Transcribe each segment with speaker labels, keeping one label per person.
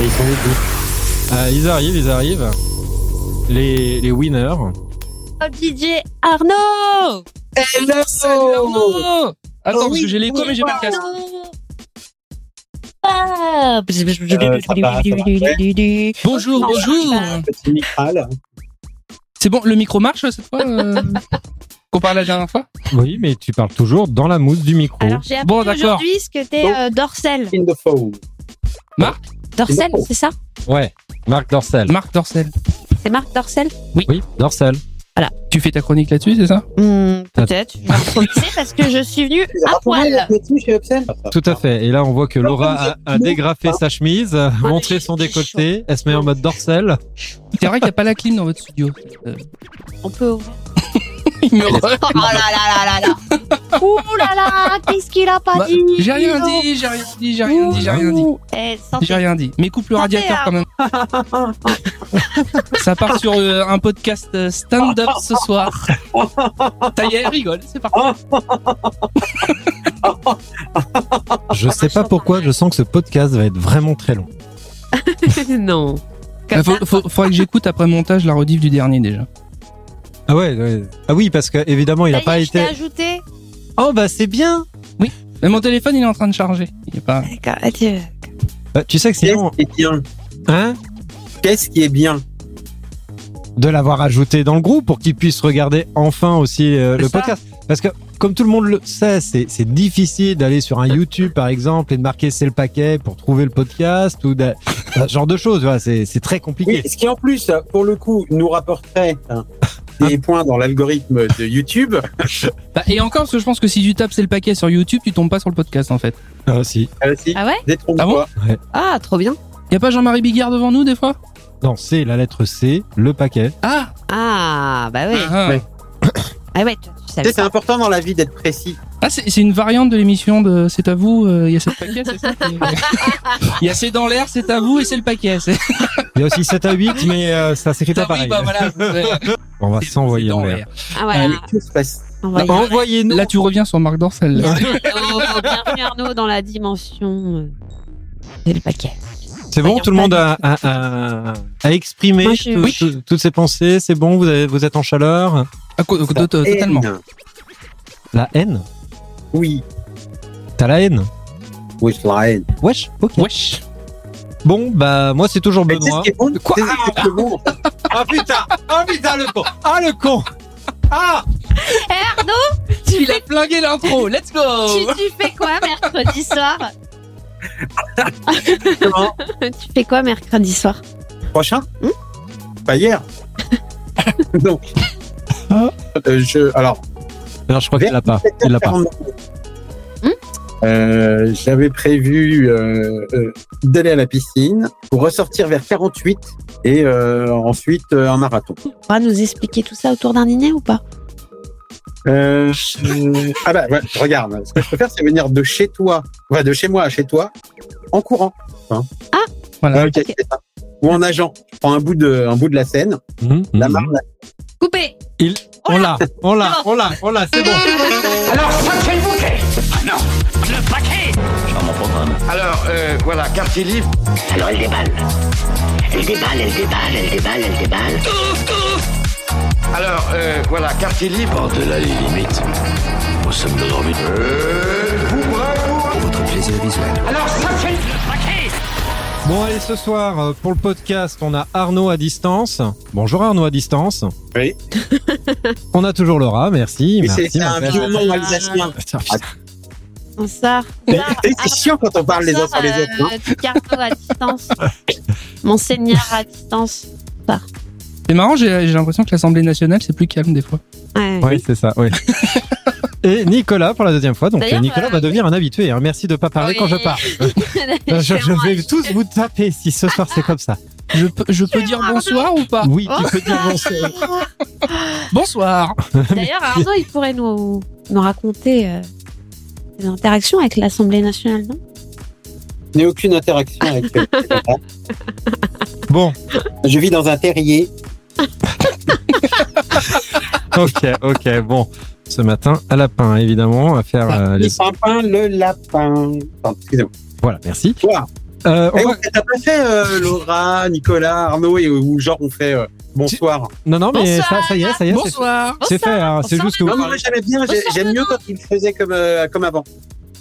Speaker 1: Et ils sont vite doux.
Speaker 2: Euh, ils arrivent, ils arrivent. Les, les winners.
Speaker 3: Hop, DJ Oh, Arnaud
Speaker 1: Hello
Speaker 2: Salut
Speaker 4: Oh.
Speaker 2: Arnaud Attends, parce
Speaker 1: oui,
Speaker 2: que j'ai l'écho,
Speaker 1: oui,
Speaker 2: mais j'ai pas le casque.
Speaker 3: Ah.
Speaker 1: euh,
Speaker 2: Bonjour, bonjour
Speaker 1: Petit micral.
Speaker 4: C'est bon, le micro marche cette fois euh, Qu'on parlait la dernière fois
Speaker 2: Oui, mais tu parles toujours dans la mousse du micro.
Speaker 3: Alors j'ai appris
Speaker 4: Bon, d'accord.
Speaker 3: aujourd'hui ce que t'es
Speaker 1: Donc-
Speaker 3: euh, Dorsel.
Speaker 1: In the phone.
Speaker 3: Dorsel,
Speaker 1: Non.
Speaker 3: c'est ça
Speaker 2: Ouais, Marc Dorcel.
Speaker 4: Marc Dorcel,
Speaker 3: C'est Marc Dorsel
Speaker 2: Oui, Dorcel.
Speaker 4: tu fais ta chronique là-dessus, c'est ça
Speaker 3: Hmm, Peut-être. Je vais improviser parce que je suis venue à poil.
Speaker 1: Là-dessus chez Upsell
Speaker 2: Tout à fait. Et là, on voit que Laura a, a dégrafé sa chemise, a
Speaker 3: Ah, mais
Speaker 2: montré
Speaker 3: j'ai-
Speaker 2: son
Speaker 3: j'ai
Speaker 2: décolleté, elle se met en mode Dorcel.
Speaker 4: C'est vrai qu'il n'y a pas la clim dans votre studio.
Speaker 3: On peut ouvrir.
Speaker 4: Il me re-
Speaker 3: Oh là là là là là Ouh là là Qu'est-ce qu'il a pas
Speaker 4: Bah,
Speaker 3: dit
Speaker 4: J'ai rien
Speaker 3: Ouh.
Speaker 4: dit, j'ai rien dit, j'ai rien dit, j'ai rien dit.
Speaker 3: Eh,
Speaker 4: J'ai
Speaker 3: sentez-
Speaker 4: rien dit. Mais coupe le
Speaker 3: Santé,
Speaker 4: radiateur
Speaker 3: hein.
Speaker 4: quand même. Ça part sur euh, un podcast euh, stand-up ce soir. Ça y est, elle rigole, c'est parti.
Speaker 3: Oh,
Speaker 2: Je sais pas pourquoi, je sens que ce podcast va être vraiment très long.
Speaker 3: non.
Speaker 4: Il Bah, faudrait que j'écoute après montage la rediff du dernier déjà.
Speaker 2: Ah ouais, ouais. Ah oui, parce que évidemment, il
Speaker 3: Ça
Speaker 2: a
Speaker 3: y
Speaker 2: pas
Speaker 3: Bah, est, je t'ai
Speaker 2: été.
Speaker 3: ajouté.
Speaker 2: Oh bah c'est bien.
Speaker 4: Mais mon téléphone il est en train de charger. Il est pas...
Speaker 3: D'accord, adieu.
Speaker 2: Bah, tu sais que sinon,
Speaker 1: Qu'est-ce qui est bien
Speaker 2: hein,
Speaker 1: Qu'est-ce qui est bien
Speaker 2: de l'avoir ajouté dans le groupe pour qu'ils puissent regarder enfin aussi euh,
Speaker 4: C'est
Speaker 2: le
Speaker 4: ça.
Speaker 2: podcast. Parce que comme tout le monde le sait, c'est c'est difficile d'aller sur un YouTube par exemple et de marquer c'est le paquet pour trouver le podcast ou d'a- ce genre de choses. Voilà, c'est c'est très compliqué.
Speaker 1: Oui, ce qui en plus, pour le coup, nous rapporterait hein, des points dans l'algorithme de YouTube.
Speaker 4: Bah, et encore, parce que je pense que si tu tapes c'est le paquet sur YouTube, tu tombes pas sur le podcast en fait.
Speaker 2: Ah si.
Speaker 1: Ah, si,
Speaker 3: Ah ouais
Speaker 1: Détrompe-toi.
Speaker 3: Ah, trop bien.
Speaker 4: Y a pas Jean-Marie Bigard devant nous des fois
Speaker 2: Non, c'est la lettre C, le paquet.
Speaker 4: Ah,
Speaker 3: Ah, bah oui.
Speaker 4: Ah,
Speaker 1: Ouais.
Speaker 3: Ah ouais, toi, tu
Speaker 1: Tu sais,
Speaker 3: savais
Speaker 1: c'est
Speaker 3: ça.
Speaker 1: important dans la vie d'être précis.
Speaker 4: Ah, c'est c'est une variante de l'émission de C'est à vous, il y a c'est le paquet, c'est ça Il y a C'est dans l'air, c'est à vous et c'est le paquet. c'est-
Speaker 2: Il y a aussi 7 à 8, mais euh, ça s'écrit pas
Speaker 4: Ah oui,
Speaker 2: pareil.
Speaker 4: bah voilà. c'est-
Speaker 2: On va
Speaker 4: c'est-
Speaker 2: s'envoyer
Speaker 4: c'est
Speaker 2: en
Speaker 4: dans
Speaker 2: l'air. Bah,
Speaker 3: Ah voilà.
Speaker 1: Mais tout se passe.
Speaker 3: On va y aller.
Speaker 2: Envoyez-nous.
Speaker 4: Là, tu reviens sur Marc Dorcel.
Speaker 3: Oh, bienvenue Arnaud dans la dimension. euh, C'est le paquet.
Speaker 2: C'est
Speaker 4: Bah,
Speaker 2: bon, tout le monde a, a, a- a exprimé
Speaker 3: Moi, je-
Speaker 2: tout-
Speaker 3: oui.
Speaker 2: tout- toutes ses pensées. C'est bon, vous, avez- vous êtes en chaleur.
Speaker 4: Ah, co- co- to- totalement.
Speaker 1: Haine.
Speaker 2: La haine
Speaker 1: Oui.
Speaker 2: T'as la haine
Speaker 1: Oui, c'est la haine.
Speaker 2: Wesh Ok.
Speaker 4: Wesh.
Speaker 2: Bon, bah, moi, c'est toujours
Speaker 1: Mais tu sais
Speaker 2: Benoît.
Speaker 1: ce qui est bon
Speaker 2: Quoi
Speaker 1: Tu sais ce qui est bon
Speaker 2: Ah putain Ah putain, le con Ah le con Ah
Speaker 4: Il a flingué l'intro,
Speaker 3: Tu,
Speaker 4: let's go
Speaker 3: tu fais quoi mercredi soir
Speaker 1: Comment
Speaker 3: Tu fais quoi mercredi soir
Speaker 1: Prochain Pas hier. Donc.
Speaker 2: Ah.
Speaker 1: Euh, je, alors,
Speaker 2: Alors, je crois qu'il l'a pas. Il l'a pas.
Speaker 3: Hmm
Speaker 1: Euh, J'avais prévu euh, euh, d'aller à la piscine pour ressortir vers 48 et euh, ensuite euh, un marathon.
Speaker 3: Tu pourras nous expliquer tout ça autour d'un dîner ou pas
Speaker 1: Euh, euh, ah bah ouais, regarde, ce que je peux faire, c'est venir de chez toi, enfin de chez moi à chez toi, en courant. hein.
Speaker 3: Ah.
Speaker 4: Voilà.
Speaker 1: Ok, c'est ça. Ou en nageant, prends un bout de, un bout de la Seine,
Speaker 2: Mhm.
Speaker 1: la Marne.
Speaker 3: Coupé
Speaker 2: On l'a, on l'a, on l'a, on l'a, c'est bon.
Speaker 5: Alors, euh, voilà, quartier libre.
Speaker 6: Alors elle déballe. Elle déballe, elle déballe, elle déballe, elle déballe.
Speaker 5: Alors, euh, voilà, quartier libre.
Speaker 7: Par-delà les limites, nous sommes de l'orbite. Pour votre plaisir visuel.
Speaker 2: Bon, allez, ce soir, euh, pour le podcast, on a Arnaud à distance. Bonjour Arnaud à distance.
Speaker 1: Oui.
Speaker 2: on a toujours Laura, merci.
Speaker 1: Mais c'est
Speaker 2: merci,
Speaker 1: c'est un
Speaker 2: ma
Speaker 3: vieux-
Speaker 1: vieux
Speaker 2: belle.
Speaker 1: nom
Speaker 3: Ah.
Speaker 1: alsacien.
Speaker 2: Putain, putain.
Speaker 3: On sort.
Speaker 1: Mais C'est chiant quand on parle les uns sur les
Speaker 3: euh,
Speaker 1: autres. hein.
Speaker 3: du carto à distance. Monseigneur à distance.
Speaker 4: C'est marrant, j'ai j'ai l'impression que l'Assemblée nationale, c'est plus calme des fois.
Speaker 3: Ouais.
Speaker 2: Oui, c'est ça, oui. Et Nicolas pour la deuxième fois. Donc
Speaker 3: D'ailleurs,
Speaker 2: Nicolas
Speaker 3: euh,
Speaker 2: va devenir un habitué. hein. Merci de pas parler
Speaker 3: Oui.
Speaker 2: quand je parle. je, je
Speaker 3: Vraiment,
Speaker 2: vais
Speaker 3: je-
Speaker 2: tous vous taper si ce soir c'est comme ça.
Speaker 4: Je peux, je peux dire bonsoir ou pas
Speaker 2: Oui,
Speaker 3: Oh,
Speaker 2: tu peux dire bonsoir.
Speaker 4: Bonsoir
Speaker 3: D'ailleurs, Arnaud, il pourrait nous, nous raconter euh, des interactions avec l'Assemblée nationale, non
Speaker 1: Je n'ai aucune interaction avec eux.
Speaker 2: Bon,
Speaker 1: Je vis dans un terrier.
Speaker 2: ok, ok, bon. Ce matin, à lapin,
Speaker 4: Ah,
Speaker 2: évidemment, à faire euh, les...
Speaker 1: Le lapin, le lapin. Pardon, excusez-moi.
Speaker 2: Voilà, merci.
Speaker 1: Voilà.
Speaker 2: Euh, on
Speaker 1: Eh,
Speaker 2: va-
Speaker 1: on fait- T'as pas fait euh, Laura, Nicolas, Arnaud et ou genre on fait euh, bonsoir.
Speaker 2: Non, non, mais
Speaker 3: Bonsoir.
Speaker 2: ça, ça y est, ça y est. c'est-
Speaker 4: Bonsoir.
Speaker 2: C'est fait, hein, c'est
Speaker 3: bonsoir,
Speaker 2: juste que vous
Speaker 1: Non, mais moi
Speaker 2: parlez.
Speaker 1: j'aimais bien, j'ai-
Speaker 3: Bonsoir,
Speaker 1: j'aime mieux quand il faisait comme euh, comme avant.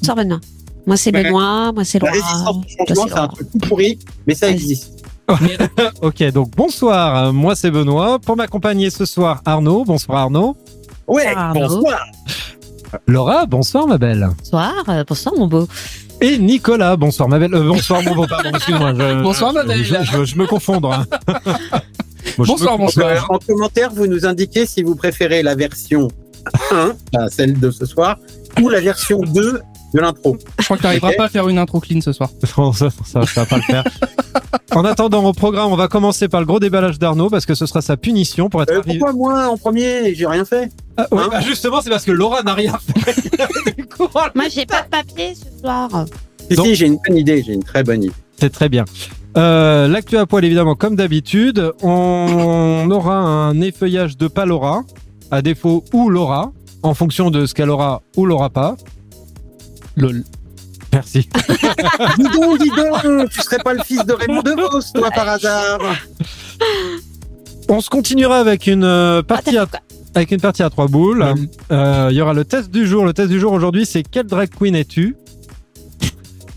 Speaker 3: Sors Benoît. Moi, c'est
Speaker 1: Ouais.
Speaker 3: Benoît, moi, c'est
Speaker 1: La
Speaker 3: Laura.
Speaker 1: résistance,
Speaker 3: toi, c'est
Speaker 1: franchement, c'est un
Speaker 3: Laura.
Speaker 1: truc tout pourri, mais ça existe.
Speaker 2: Ok, donc bonsoir, euh, moi c'est Benoît. Pour m'accompagner ce soir, Arnaud. Bonsoir Arnaud.
Speaker 1: Ouais,
Speaker 3: Ah,
Speaker 1: bonsoir.
Speaker 2: Laura, bonsoir ma belle.
Speaker 3: Bonsoir, euh, bonsoir, mon beau.
Speaker 1: Oh,
Speaker 2: Et Nicolas, bonsoir ma belle. Euh, bonsoir mon beau, pardon, excuse-moi. je-
Speaker 4: Bonsoir, ma belle.
Speaker 2: Je, je- je me confondre. hein. Moi, je
Speaker 4: Bonsoir,
Speaker 2: me-
Speaker 4: bonsoir.
Speaker 1: euh, En commentaire, vous nous indiquez si vous préférez la version 1, enfin, celle de ce soir, ou la version 2 de l'intro.
Speaker 4: Je crois que t'arriveras pas à faire une intro clean ce soir.
Speaker 2: Non, ça, ça, ça va pas le faire. En attendant, au programme, on va commencer par le gros déballage d'Arnaud parce que ce sera sa punition pour être
Speaker 1: Euh,
Speaker 2: arrivé.
Speaker 1: pourquoi moi en premier J'ai rien fait.
Speaker 2: Ah, ouais,
Speaker 1: Hein
Speaker 2: bah, justement, c'est parce que Laura n'a rien fait. Du coup, voilà.
Speaker 3: Moi, j'ai pas de papier ce soir.
Speaker 1: Si,
Speaker 2: Donc-
Speaker 1: si, j'ai une bonne idée, j'ai une très bonne idée.
Speaker 2: C'est très bien. Euh, L'actu à poil, évidemment, comme d'habitude. On aura un effeuillage de pas Laura, à défaut ou Laura, en fonction de ce qu'elle aura ou l'aura pas.
Speaker 4: Lol.
Speaker 2: Merci.
Speaker 1: dis donc, dis donc, tu serais pas le fils de Raymond DeVos, toi, par hasard
Speaker 2: On se continuera avec une euh,
Speaker 3: Ah,
Speaker 2: partie à, avec une partie à trois boules.
Speaker 1: Hum.
Speaker 2: Euh,
Speaker 4: Lol.
Speaker 2: Il y aura le test du jour. Le test du jour aujourd'hui, c'est quelle drag queen es-tu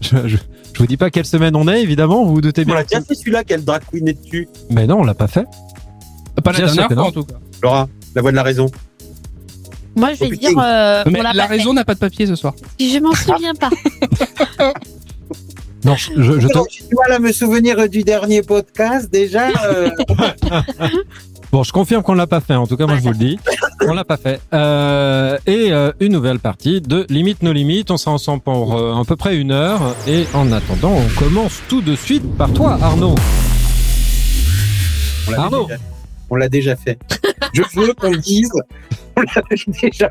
Speaker 2: je, je, je vous dis pas quelle semaine on est, évidemment. Vous vous doutez
Speaker 1: On
Speaker 2: bien.
Speaker 1: l'a bien fait celui-là, quel drag queen es-tu
Speaker 2: Mais non, on l'a pas fait.
Speaker 4: Pas la
Speaker 2: Bien sûr
Speaker 4: dernière
Speaker 2: que
Speaker 4: fois
Speaker 2: non.
Speaker 4: en tout cas.
Speaker 1: Laura, la voix de la raison.
Speaker 3: Moi, je
Speaker 1: Oh,
Speaker 3: vais
Speaker 1: putain.
Speaker 3: dire, euh, on
Speaker 4: Mais
Speaker 3: l'a
Speaker 4: la
Speaker 3: pas fait.
Speaker 4: raison n'a pas de papier ce soir.
Speaker 3: Je m'en souviens pas.
Speaker 2: Non, je, je, je
Speaker 1: Alors, J'ai du mal à me souvenir du dernier podcast déjà. euh,
Speaker 2: Bon, je confirme qu'on l'a pas fait. En tout cas, moi, je vous le dis, on l'a pas fait. Euh, et euh, une nouvelle partie de Limite nos limites. On sera ensemble pour euh, à peu près une heure. Et en attendant, on commence tout de suite par toi, Arnaud.
Speaker 1: on l'avait
Speaker 2: Arnaud.
Speaker 1: déjà- On l'a déjà fait. Je veux qu'on me dise. On l'avait déjà.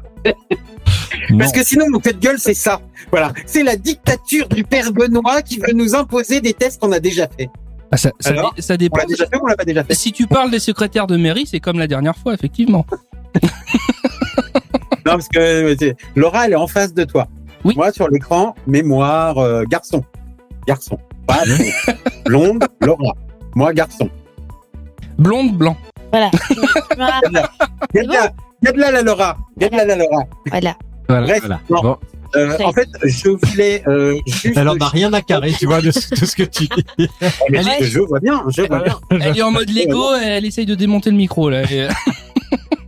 Speaker 1: Parce que sinon, mon coup de gueule, c'est ça. Voilà. C'est la dictature du père Benoît qui veut nous imposer des tests qu'on a déjà fait.
Speaker 4: Ah, ça, ça,
Speaker 1: Alors
Speaker 4: dé- ça
Speaker 1: On
Speaker 4: dépend.
Speaker 1: l'a déjà fait ou on l'a pas déjà fait
Speaker 4: Si tu parles des secrétaires de mairie, c'est comme la dernière fois, effectivement.
Speaker 1: Non, parce que euh, c'est- Laura, elle est en face de toi.
Speaker 4: Oui.
Speaker 1: Moi, sur l'écran, mémoire, euh, garçon. Garçon. Pas blonde.
Speaker 4: Hein
Speaker 1: blonde, Laura. Moi, garçon.
Speaker 4: Blonde, blanc.
Speaker 3: Voilà. Voilà,
Speaker 1: Y'a de
Speaker 3: bon
Speaker 1: là, y'a de là, la Laura. Y'a de là, la Laura.
Speaker 3: voilà.
Speaker 4: Ah,
Speaker 2: Voilà,
Speaker 1: Bref,
Speaker 2: voilà.
Speaker 1: non.
Speaker 2: Bon.
Speaker 1: Euh, en fait, je voulais euh, juste.
Speaker 2: Elle en a bah, rien à carrer, tu vois, de, ce- de ce que tu dis.
Speaker 1: Mais
Speaker 4: Elle
Speaker 1: je- Je vois bien, je vois bien.
Speaker 4: Elle est en mode Lego, elle essaye de démonter le micro là. Et-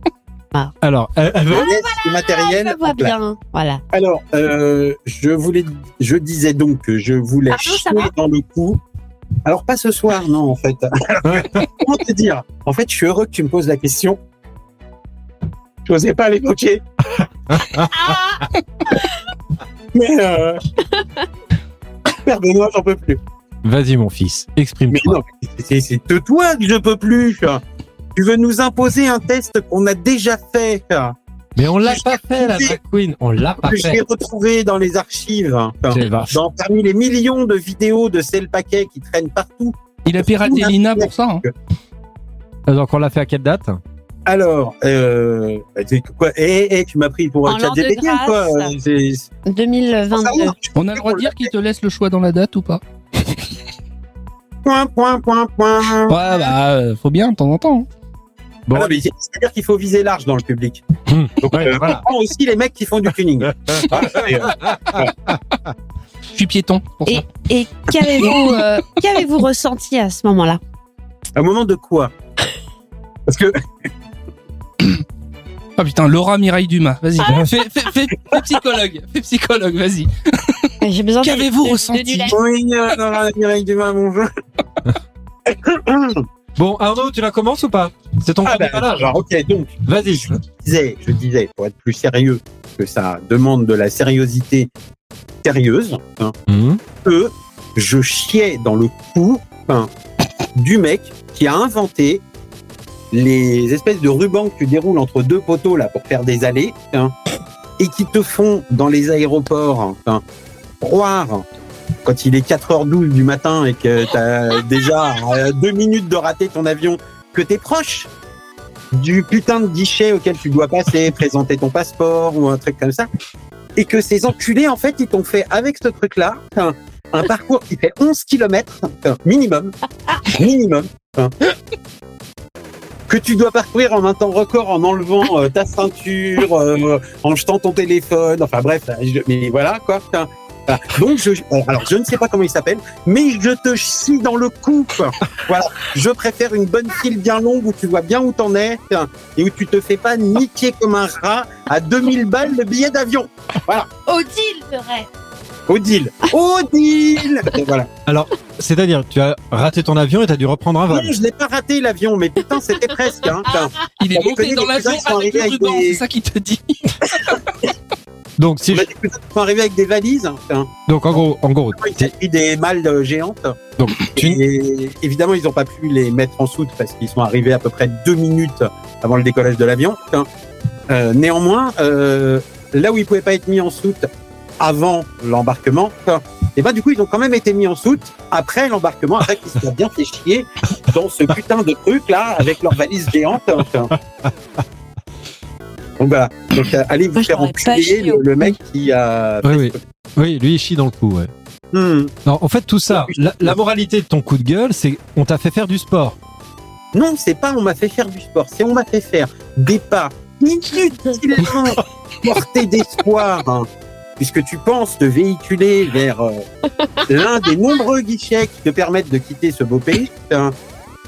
Speaker 2: Alors, euh, elle- elle veut-
Speaker 1: Yes, le matériel.
Speaker 3: Ah, Je vois
Speaker 1: hop là.
Speaker 3: bien. Voilà.
Speaker 1: Alors, euh, je voulais, je disais donc que je voulais
Speaker 3: Arnaud, ça
Speaker 1: chier
Speaker 3: va
Speaker 1: dans le coup. Alors pas ce soir, non, en fait. Comment te dire En fait, je suis heureux que tu me poses la question. Je n'osais pas l'évoquer,
Speaker 3: Ah
Speaker 1: mais euh... Père Benoît, j'en peux plus.
Speaker 2: vas-y, mon fils,
Speaker 1: Mais
Speaker 2: exprime-toi.
Speaker 1: non, c'est c'est de toi que je peux plus. Tu veux nous imposer un test qu'on a déjà fait.
Speaker 2: Mais, on l'a pas fait, la drag queen. On l'a pas
Speaker 1: que j'ai
Speaker 2: fait.
Speaker 1: retrouvé dans les archives, Enfin,
Speaker 2: C'est vache.
Speaker 1: dans, parmi les millions de vidéos de Cell Paquet qui traînent partout.
Speaker 4: Il a piraté Lina pour ça. hein.
Speaker 2: Euh, Donc, on l'a fait à quelle date
Speaker 1: Alors, euh, tu- quoi, eh, eh, tu m'as pris pour
Speaker 3: En
Speaker 1: un chat
Speaker 3: l'an de
Speaker 1: GPT ou
Speaker 3: grâce.
Speaker 1: quoi euh, C'est- c'est-
Speaker 3: 2022.
Speaker 4: On a le droit de dire qu'il te laisse le choix dans la date ou pas
Speaker 1: Point, point, point, point.
Speaker 4: Ouais, bah, euh, faut bien de temps en temps. hein.
Speaker 2: Bon.
Speaker 1: Ah non, mais c'est- C'est-à-dire qu'il faut viser large dans le public.
Speaker 2: Hum,
Speaker 1: Donc,
Speaker 2: ouais,
Speaker 1: euh,
Speaker 2: voilà.
Speaker 1: on prend aussi les mecs qui font du tuning. Ah, et, euh,
Speaker 4: Je suis piéton. c'est Pour ça.
Speaker 3: Et, et qu'avez-vous euh, qu'avez-vous ressenti à ce moment-là
Speaker 1: un moment de quoi Parce que
Speaker 4: Ah putain, Laura Mireille Dumas, vas-y.
Speaker 3: Ah.
Speaker 4: Fais, fais- fais- fais psychologue, fais psychologue, vas-y.
Speaker 3: J'ai besoin de-
Speaker 4: Qu'avez-vous
Speaker 3: de- de
Speaker 4: ressenti
Speaker 3: du lait.
Speaker 1: oui, euh, dans la Mireille Dumas, mon jeu.
Speaker 2: Bon, Arnaud, tu la commences ou pas C'est ton
Speaker 1: Ah,
Speaker 2: gros
Speaker 1: bah,
Speaker 2: déballage.
Speaker 1: alors, ok, donc.
Speaker 2: Vas-y.
Speaker 1: Je disais, je disais, pour être plus sérieux, que ça demande de la sériosité sérieuse, hein,
Speaker 2: Hum.
Speaker 1: que je chiais dans le cou hein, du mec qui a inventé les espèces de rubans que tu déroules entre deux poteaux là pour faire des allées hein, et qui te font dans les aéroports hein, croire quand il est 4h12 du matin et que tu as déjà euh, deux minutes de rater ton avion que t'es proche du putain de guichet auquel tu dois passer, présenter ton passeport ou un truc comme ça. Et que ces enculés, en fait, ils t'ont fait avec ce truc-là hein, un parcours qui fait 11 km minimum, minimum, hein, que tu dois parcourir en un temps record en enlevant euh, ta ceinture, euh, en jetant ton téléphone, enfin bref, euh, je- mais voilà quoi. hein. Voilà. Donc je, euh, alors je ne sais pas comment il s'appelle, mais je te chie dans le cou. quoi. Voilà, je préfère une bonne file bien longue où tu vois bien où t'en es hein, et où tu te fais pas niquer comme un rat à 2000 balles le billet d'avion.
Speaker 3: Odile serait.
Speaker 1: Odile, Odile. Et voilà.
Speaker 2: C'est-à-dire, tu as raté ton avion et t'as dû reprendre un vol.
Speaker 1: Non, je n'ai pas raté l'avion, mais putain, c'était presque. Hein, putain.
Speaker 4: Il est
Speaker 1: T'as
Speaker 4: monté
Speaker 1: déconné,
Speaker 4: dans
Speaker 1: les
Speaker 4: l'avion
Speaker 1: gens, ils sont
Speaker 4: avec
Speaker 1: arrivés
Speaker 4: le
Speaker 1: avec
Speaker 4: ruban,
Speaker 1: des-
Speaker 4: c'est ça qu'il te dit.
Speaker 2: Donc, si
Speaker 1: On a
Speaker 2: je-
Speaker 1: des cousins qui sont arrivés avec des valises. hein, putain.
Speaker 2: donc en gros, en gros,
Speaker 1: Ils ont pris des malles euh, géantes.
Speaker 2: Donc, tu-
Speaker 1: Et évidemment, ils n'ont pas pu les mettre en soute parce qu'ils sont arrivés à peu près deux minutes avant le décollage de l'avion. putain. Euh, néanmoins, euh, là où ils pouvaient pas être mis en soute avant l'embarquement, et ben du coup, ils ont quand même été mis en soute après l'embarquement, après qu'ils se soient bien fait chier dans ce putain de truc là avec leurs valises géantes. putain. Donc voilà. Donc euh, allez vous
Speaker 3: Moi, je
Speaker 1: faire
Speaker 3: l'aurais pas
Speaker 1: enculer
Speaker 3: chié
Speaker 1: le,
Speaker 3: au
Speaker 1: le mec qui a.
Speaker 2: Oui, oui. Oui, lui, il chie dans le cou, ouais.
Speaker 1: Hmm.
Speaker 2: Non, en fait, tout ça, la, la moralité de ton coup de gueule, c'est on t'a fait faire du sport.
Speaker 1: Non, c'est pas on m'a fait faire du sport, c'est on m'a fait faire des pas inutilement portés d'espoir, hein, puisque tu penses te véhiculer vers euh, l'un des nombreux guichets qui te permettent de quitter ce beau pays, hein,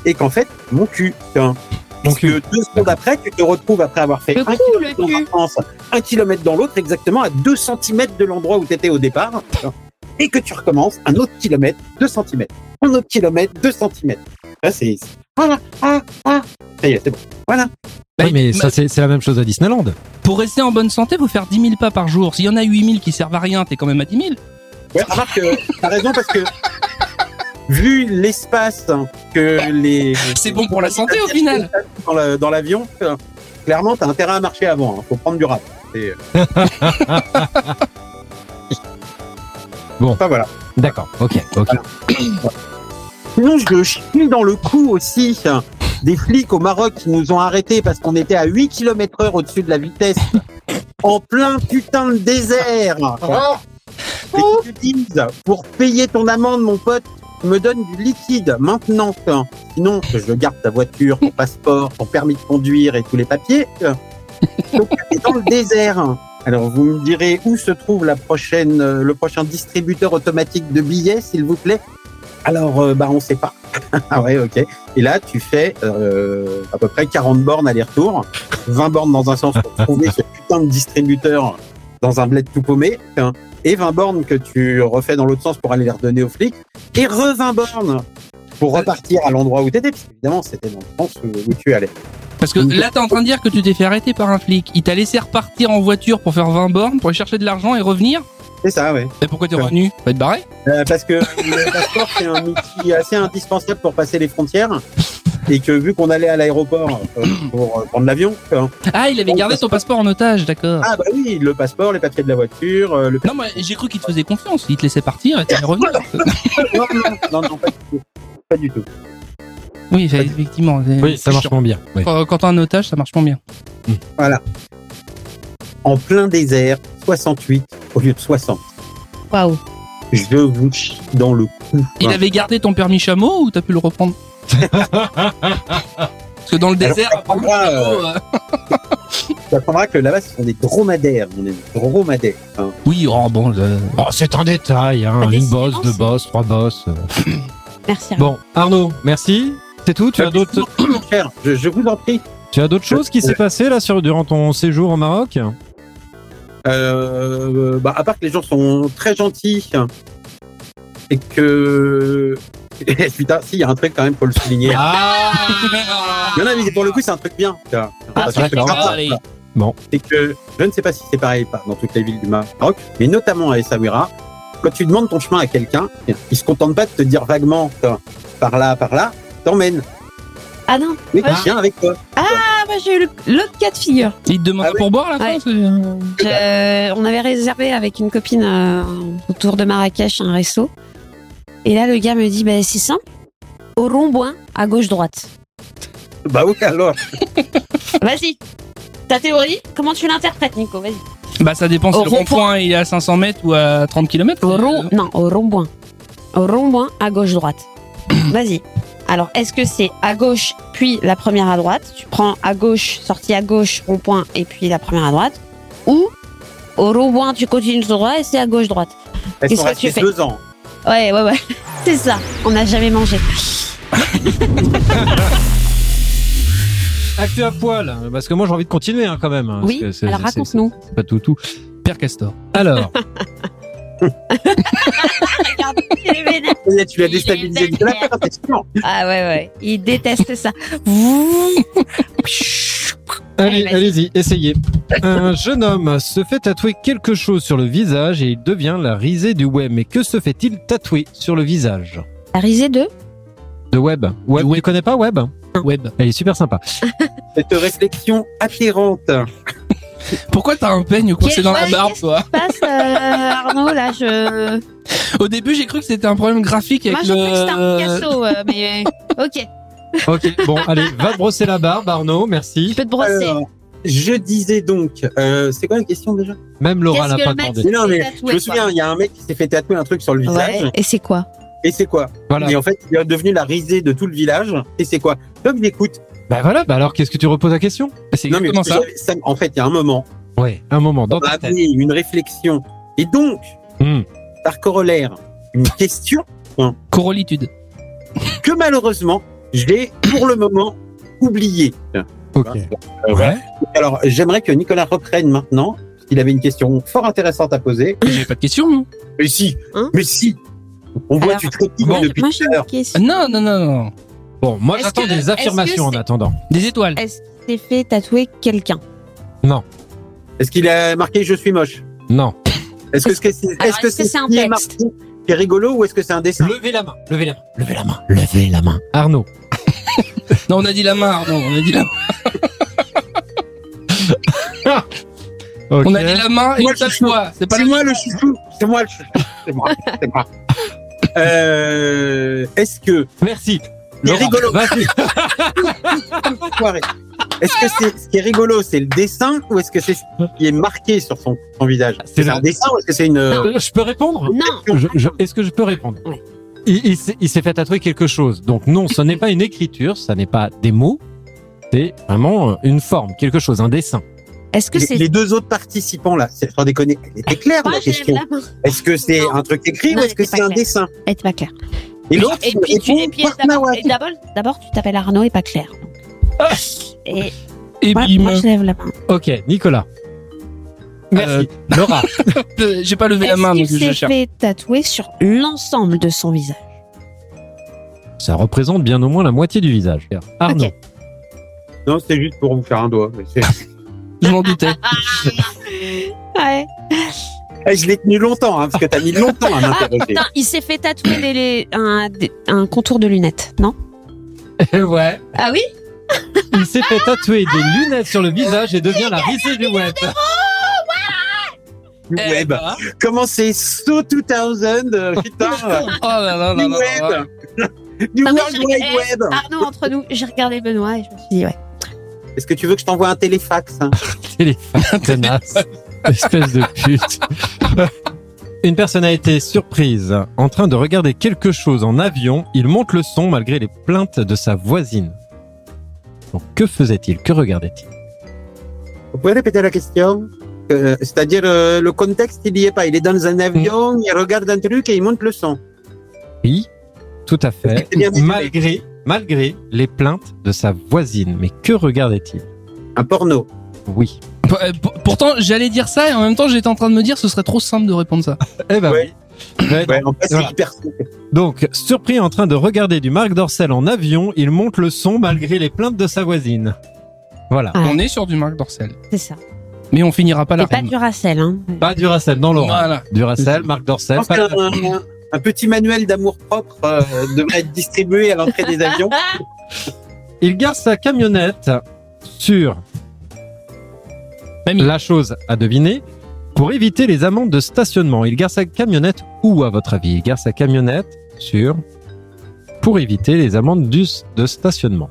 Speaker 1: et qu'en fait, mon cul. Hein,
Speaker 2: Mon
Speaker 1: Parce
Speaker 2: cul.
Speaker 1: que deux secondes après, tu te retrouves après avoir fait
Speaker 3: Le
Speaker 1: un
Speaker 3: cul,
Speaker 1: kilomètre
Speaker 3: le
Speaker 1: dans un
Speaker 3: cul.
Speaker 1: sens, un kilomètre dans l'autre, exactement à 2 cm de l'endroit où tu étais au départ, hein, et que tu recommences un autre kilomètre, 2 cm, un autre kilomètre, 2 cm. Là, c'est. Voilà, ah, ah, ça y est, c'est bon. Voilà.
Speaker 4: Bah,
Speaker 2: oui, mais
Speaker 4: ma-
Speaker 2: ça, c'est c'est la même chose à Disneyland.
Speaker 4: Pour rester en bonne santé, faut faire 10 000 pas par jour. S'il y en a 8 000 qui servent à rien, t'es quand même à 10 000.
Speaker 1: Ouais, remarque, euh, t'as raison parce que vu l'espace hein, que les
Speaker 4: C'est bon pour la santé au final.
Speaker 1: dans la- dans l'avion, euh, clairement t'as intérêt à marcher avant. hein. Faut prendre du rap. Et, euh,
Speaker 2: Bon.
Speaker 1: Enfin, voilà.
Speaker 2: D'accord, ok, ok.
Speaker 1: Sinon je le chie dans le cou aussi hein, des flics au Maroc qui nous ont arrêtés parce qu'on était à 8 km heure au-dessus de la vitesse en plein putain de désert. Et qui te disent, pour payer ton amende, mon pote, tu me donnes du liquide maintenant. hein. Sinon, je garde ta voiture, ton passeport, ton permis de conduire et tous les papiers. hein. Donc, t'es dans le désert. Alors, vous me direz où se trouve la prochaine, euh, le prochain distributeur automatique de billets, s'il vous plaît Alors, euh, bah, on sait pas. ah ouais, ok. Et là, tu fais euh, à peu près 40 bornes aller-retour, 20 bornes dans un sens pour trouver ce putain de distributeur dans un bled tout paumé. hein et 20 bornes que tu refais dans l'autre sens pour aller les redonner aux flics, et re 20 bornes pour repartir à l'endroit où t'étais, parce qu'évidemment c'était dans le sens où où tu allais.
Speaker 4: Parce que là, t'es en train de dire que tu t'es fait arrêter par un flic. Il t'a laissé repartir en voiture pour faire 20 bornes, pour aller chercher de l'argent et revenir.
Speaker 1: C'est ça, ouais.
Speaker 4: Et pourquoi t'es
Speaker 1: Ouais.
Speaker 4: revenu Pas te barrer
Speaker 1: Euh, parce que le passeport c'est un outil assez indispensable pour passer les frontières, et que vu qu'on allait à l'aéroport euh, pour euh, prendre l'avion, euh,
Speaker 4: Ah, il avait
Speaker 1: Oh,
Speaker 4: gardé
Speaker 1: parce
Speaker 4: ton passeport en otage, d'accord.
Speaker 1: ah bah oui, le passeport, les papiers de la voiture, euh, le
Speaker 4: Non, mais j'ai cru qu'il te faisait confiance. Il te laissait partir et t'es revenu.
Speaker 1: non, non, non, non, pas du tout. Pas du tout.
Speaker 4: oui, fait- effectivement.
Speaker 2: Oui, ça marche
Speaker 4: pas.
Speaker 2: moins bien. oui.
Speaker 4: Quand quand t'as un otage, ça marche pas bien.
Speaker 1: En plein désert, 68 au lieu de 60.
Speaker 3: Waouh.
Speaker 1: Je vous chie dans le cou.
Speaker 4: Il
Speaker 1: Ouais.
Speaker 4: avait gardé ton permis chameau ou t'as pu le reprendre Parce que dans le
Speaker 1: Alors,
Speaker 4: désert,
Speaker 1: ça prendra,
Speaker 4: apparemment, euh,
Speaker 1: Tu apprendras que là-bas, ce sont des dromadaires. On est des dromadaires. hein.
Speaker 4: Oui, oh bon. euh,
Speaker 2: Oh, c'est un détail, hein.
Speaker 3: Ah,
Speaker 2: Une
Speaker 3: des
Speaker 2: bosse,
Speaker 3: silences.
Speaker 2: deux bosses, trois bosses. euh.
Speaker 3: Merci.
Speaker 2: Bon, Arnaud, merci. C'est tout Tu as d'autres
Speaker 1: Mon cher, je, je vous en prie.
Speaker 2: tu as d'autres choses qui s'est passé là sur durant ton séjour au Maroc
Speaker 1: Euh, bah, à part que les gens sont très gentils hein, et que. Putain, si, il y a un truc quand même, faut le souligner. Il y en a, mais pour le coup, c'est un truc bien. tu vois.
Speaker 4: Ah,
Speaker 1: C'est un truc
Speaker 2: d'accord.
Speaker 1: sympa,
Speaker 4: Allez.
Speaker 1: ça.
Speaker 2: Bon.
Speaker 1: C'est que je ne sais pas si c'est pareil pas dans toutes les villes du Maroc, mais notamment à Essaouira, quand tu demandes ton chemin à quelqu'un, il se contente pas de te dire vaguement tu vois, par là, par là, t'emmène.
Speaker 3: Ah non,
Speaker 1: Mais
Speaker 3: Ah.
Speaker 1: viens avec toi.
Speaker 3: ah, moi j'ai eu le- l'autre cas de figure.
Speaker 4: Il te demande
Speaker 1: Ah oui.
Speaker 4: pour boire là
Speaker 3: Ouais.
Speaker 4: quoi, c'est-
Speaker 3: Je- Euh, on avait réservé avec une copine euh, autour de Marrakech un resto. Et là, le gars me dit bah, c'est simple, au rond-point, à gauche-droite.
Speaker 1: Bah oui, alors.
Speaker 3: Vas-y, ta théorie, comment tu l'interprètes, Nico Vas-y.
Speaker 4: Bah ça dépend si
Speaker 3: Au
Speaker 4: le
Speaker 3: rond-point.
Speaker 4: rond-point il est à 500 mètres ou à 30 km.
Speaker 3: Au rond, non, au rond-point. au rond-point à gauche-droite. Vas-y. Alors, est-ce que c'est à gauche, puis la première à droite Tu prends à gauche, sortie à gauche, rond-point, et puis la première à droite. Ou au rond-point, tu continues sur droit et c'est à gauche-droite.
Speaker 1: Elles
Speaker 3: Qu'est-ce
Speaker 1: sont
Speaker 3: que
Speaker 1: restées
Speaker 3: tu fais
Speaker 1: deux ans.
Speaker 3: Ouais, ouais, ouais. C'est ça. On n'a jamais mangé.
Speaker 2: Actu à poil, parce que moi j'ai envie de continuer hein, quand même. hein,
Speaker 3: Oui,
Speaker 2: parce que c'est-
Speaker 3: alors
Speaker 2: c'est-
Speaker 3: raconte-nous.
Speaker 2: c'est- C'est pas tout tout.
Speaker 4: Père Castor.
Speaker 2: Alors,
Speaker 3: Regarde, il est vénère.
Speaker 1: Et tu l'as
Speaker 3: Il est
Speaker 1: déstabilisé de la
Speaker 3: vénère.
Speaker 1: part, c'est sûr.
Speaker 3: Ah ouais, ouais. Il déteste ça.
Speaker 2: allez,
Speaker 3: Allez, vas-y.
Speaker 2: allez-y, essayez. Un jeune homme se fait tatouer quelque chose sur le visage et il devient la risée du web. Mais que se fait-il tatouer sur le visage
Speaker 3: La risée de
Speaker 2: De web. web.
Speaker 4: Du web.
Speaker 2: Tu connais pas web
Speaker 4: Web.
Speaker 2: Elle est super sympa.
Speaker 1: Cette réflexion atterrante.
Speaker 4: Pourquoi t'as un peigne coincé
Speaker 3: Quel
Speaker 4: dans la
Speaker 3: web,
Speaker 4: barbe,
Speaker 3: qu'est-ce
Speaker 4: toi
Speaker 3: passe, euh, Arnaud, là, je...
Speaker 4: Au début, j'ai cru que c'était un problème graphique
Speaker 3: Moi,
Speaker 4: avec
Speaker 3: je pensais que c'était un
Speaker 4: le.
Speaker 3: Picasso, euh, mais... euh, Ok,
Speaker 2: Ok, bon, allez, va te brosser la barbe, Arnaud,
Speaker 3: tu
Speaker 2: merci.
Speaker 3: peux te brosser.
Speaker 1: Alors, je disais donc, euh, c'est quoi la question déjà
Speaker 2: Même Laura n'a
Speaker 3: Qu'est-ce que
Speaker 2: pas
Speaker 3: le mec
Speaker 2: demandé.
Speaker 1: Mais non, mais
Speaker 3: C'est tatoué,
Speaker 1: je me
Speaker 3: quoi.
Speaker 1: souviens, il y a un mec qui s'est fait tatouer un truc sur le visage.
Speaker 3: Ouais. Et c'est quoi
Speaker 1: Et c'est quoi
Speaker 2: Voilà.
Speaker 1: Et en fait, il est devenu la risée de tout le village. Et c'est quoi Donc, j'écoute.
Speaker 2: Bah voilà, bah alors qu'est-ce que tu reposes la question
Speaker 4: C'est exactement ça.
Speaker 1: j'avais- ça- en fait, il y a un moment,
Speaker 2: Ouais, un moment, dans
Speaker 1: on a
Speaker 2: ta tête.
Speaker 1: amené une réflexion. Et donc,
Speaker 2: Hmm.
Speaker 1: par corollaire, une question
Speaker 4: Corolitude.
Speaker 1: que malheureusement, j'ai pour le moment oubliée.
Speaker 2: Ok.
Speaker 1: Euh, voilà. Alors, j'aimerais que Nicolas reprenne maintenant. parce qu'il avait une question fort intéressante à poser.
Speaker 4: J'ai pas de question. hein.
Speaker 1: Mais si,
Speaker 3: Hein
Speaker 1: mais si. On voit,
Speaker 3: Alors,
Speaker 1: tu trépignes
Speaker 4: bon,
Speaker 1: depuis
Speaker 3: Moi,
Speaker 1: tout
Speaker 3: j'ai
Speaker 1: à
Speaker 3: une
Speaker 1: l'heure.
Speaker 3: question.
Speaker 4: Non, non, non, non.
Speaker 2: Bon, moi
Speaker 3: Est-ce
Speaker 2: j'attends
Speaker 3: que-
Speaker 2: des
Speaker 3: est-ce que
Speaker 2: affirmations en
Speaker 3: c'est-
Speaker 2: attendant.
Speaker 4: Des étoiles.
Speaker 3: Est-ce qu'il s'est fait tatouer quelqu'un
Speaker 1: Est-ce qu'il a marqué Je suis moche
Speaker 2: Non.
Speaker 1: Est-ce que c'est est -ce
Speaker 3: Alors,
Speaker 1: que
Speaker 3: est-ce que c'est un
Speaker 1: signé
Speaker 3: texte
Speaker 1: Martin qui est rigolo ou est-ce que c'est un dessin
Speaker 2: Levez la main, levez la main, levez la main, levez la main. Arnaud.
Speaker 4: Non, on a dit la main, Arnaud. On a dit la main.
Speaker 2: Ok.
Speaker 4: On a dit la main et
Speaker 1: Moi,
Speaker 4: on tape
Speaker 1: je suis
Speaker 4: quoi C'est pas
Speaker 1: C'est
Speaker 4: le-
Speaker 1: moi le chouchou C'est moi le chouchou C'est moi, c'est moi. Euh, est-ce que
Speaker 2: Merci.
Speaker 1: C'est
Speaker 2: Laurent,
Speaker 1: rigolo.
Speaker 2: vas-y.
Speaker 1: Enfoiré. est-ce que c'est ce qui est rigolo, c'est le dessin ou est-ce que c'est ce qui est marqué sur son, son visage
Speaker 2: C'est
Speaker 1: C'est un
Speaker 2: le-
Speaker 1: dessin ou est-ce que c'est une euh,
Speaker 2: Euh, Je peux répondre
Speaker 3: Non,
Speaker 2: Je- je- Est-ce que je peux répondre
Speaker 3: Ouais.
Speaker 2: Il, il s'est- il s'est fait tatouer quelque chose. Donc non, ce n'est pas une écriture, ça n'est pas des mots. C'est vraiment euh, une forme, quelque chose, un dessin.
Speaker 3: est-ce que
Speaker 1: les,
Speaker 3: c'est...
Speaker 1: les deux autres participants là C'est sans déconner, elle était claire
Speaker 3: Moi,
Speaker 1: la
Speaker 3: je lève
Speaker 1: question.
Speaker 3: la main.
Speaker 1: Est-ce que c'est un truc écrit
Speaker 3: Non,
Speaker 1: ou est-ce que
Speaker 3: elle était
Speaker 1: c'est
Speaker 3: pas
Speaker 1: un
Speaker 3: claire.
Speaker 1: dessin
Speaker 3: Elle était Eh, pas claire.
Speaker 1: Et l'autre
Speaker 3: Et puis, tu,
Speaker 1: répond
Speaker 3: et puis,
Speaker 1: par
Speaker 3: d'abord,
Speaker 1: Nawaz.
Speaker 3: et d'abord, d'abord, tu t'appelles Arnaud et pas Claire. Et
Speaker 4: Et
Speaker 3: moi,
Speaker 4: bim.
Speaker 3: moi, je lève la main.
Speaker 2: Ok, Nicolas. Merci. Laura.
Speaker 4: Euh, J'ai pas levé la main, donc
Speaker 3: Est-ce qu'il
Speaker 4: je
Speaker 3: s'est
Speaker 4: cherche.
Speaker 3: fait tatouer sur l'ensemble de son visage
Speaker 2: Ça représente bien au moins la moitié du visage. Arnaud.
Speaker 3: Ok.
Speaker 1: Non, c'était juste pour vous faire un doigt. mais c'est-
Speaker 4: Je m'en doutais.
Speaker 3: Ouais.
Speaker 1: Eh, je l'ai tenu longtemps, hein, parce que t'as mis longtemps à m'interroger.
Speaker 3: Putain, il s'est fait tatouer les- les- un, des- un contour de lunettes, non
Speaker 2: ouais.
Speaker 3: Ah oui
Speaker 2: Il s'est fait tatouer des lunettes sur le visage et devient la risée du web.
Speaker 1: Du
Speaker 3: Euh,
Speaker 4: Eh
Speaker 1: web.
Speaker 4: bah.
Speaker 1: Comment c'est So 2000 euh, Putain
Speaker 4: Oh là là là
Speaker 1: Du
Speaker 4: là là là.
Speaker 1: web Du
Speaker 3: Ah, moi,
Speaker 1: World
Speaker 3: je
Speaker 1: Wide
Speaker 3: regrette.
Speaker 1: Web
Speaker 3: Arnaud, entre nous, j'ai regardé Benoît et je me suis dit, ouais.
Speaker 1: Est-ce que tu veux que je t'envoie un téléfax hein
Speaker 2: Téléphone. Tenace. Espèce de pute. Une personne a été surprise en train de regarder quelque chose en avion. Il monte le son malgré les plaintes de sa voisine. Donc, que faisait-il Que regardait-il
Speaker 1: Vous pouvez répéter la question Euh, C'est-à-dire, euh, le contexte, il n'y est pas. Il est dans un
Speaker 4: Hmm.
Speaker 1: avion, il regarde un truc et il monte le son.
Speaker 2: Oui, tout à fait.
Speaker 1: C'est bien dit.
Speaker 2: Malgré, malgré les plaintes de sa voisine. Mais que regardait-il
Speaker 1: Un porno.
Speaker 2: Oui.
Speaker 4: P- euh, p- Pourtant, j'allais dire ça et en même temps, j'étais en train de me dire ce serait trop simple de répondre ça.
Speaker 2: Eh ben
Speaker 1: Ouais.
Speaker 2: oui. Ouais,
Speaker 1: Ouais, en fait, c'est
Speaker 2: Voilà.
Speaker 1: hyper simple.
Speaker 2: Donc, surpris en train de regarder du Marc Dorcel en avion, il monte le son malgré les plaintes de sa voisine. Voilà.
Speaker 3: Ouais.
Speaker 4: On est sur du Marc Dorcel.
Speaker 3: C'est ça.
Speaker 4: Mais on finira pas la
Speaker 3: C'est pas
Speaker 4: rime.
Speaker 3: du racel, hein.
Speaker 2: Pas Duracell, non Laurent.
Speaker 4: Voilà.
Speaker 2: Duracell, Marc
Speaker 1: Je
Speaker 2: Dorcel.
Speaker 1: pense
Speaker 2: pas-
Speaker 1: qu'un un- un petit manuel d'amour propre euh, devrait être distribué à l'entrée des avions.
Speaker 2: Il garde sa camionnette sur
Speaker 4: Mamie.
Speaker 2: la chose à deviner pour éviter les amendes de stationnement. Il garde sa camionnette où, à votre avis Il garde sa camionnette sur pour éviter les amendes du- de stationnement.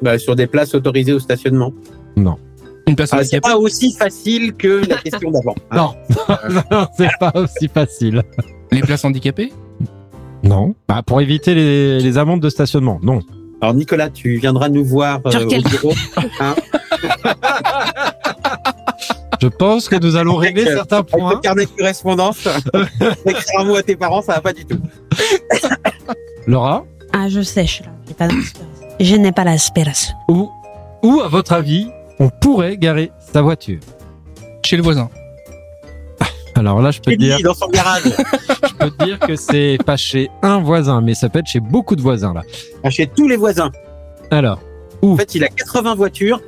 Speaker 1: Bah, sur des places autorisées au stationnement.
Speaker 4: Une personne
Speaker 1: Ah, c'est
Speaker 4: handicapée.
Speaker 1: pas aussi facile que la question d'avant. hein.
Speaker 2: Non, c'est pas aussi facile.
Speaker 4: Les places handicapées
Speaker 2: Non. Bah, pour éviter les, les amendes de stationnement. Non.
Speaker 1: Alors Nicolas, tu viendras nous voir euh,
Speaker 3: Sur quel-
Speaker 1: au bureau.
Speaker 2: Je pense que nous allons régler
Speaker 1: Avec, euh,
Speaker 2: certains
Speaker 1: Avec le
Speaker 2: points.
Speaker 1: carnet de correspondance, écrire un mot à tes parents, ça va pas du tout.
Speaker 2: Laura,
Speaker 3: Ah, je sèche là. J'ai pas d'inspiration. Je n'ai pas l'aspiration.
Speaker 2: où, où, à votre avis, on pourrait garer sa voiture
Speaker 4: Chez le voisin.
Speaker 2: Alors là, je peux, te
Speaker 1: Teddy,
Speaker 2: dire,
Speaker 1: dans son garage,
Speaker 2: je peux te dire que c'est pas chez un voisin, mais ça peut être chez beaucoup de voisins, là.
Speaker 1: chez tous les voisins.
Speaker 2: Alors,
Speaker 1: En fait, il a 80 voitures.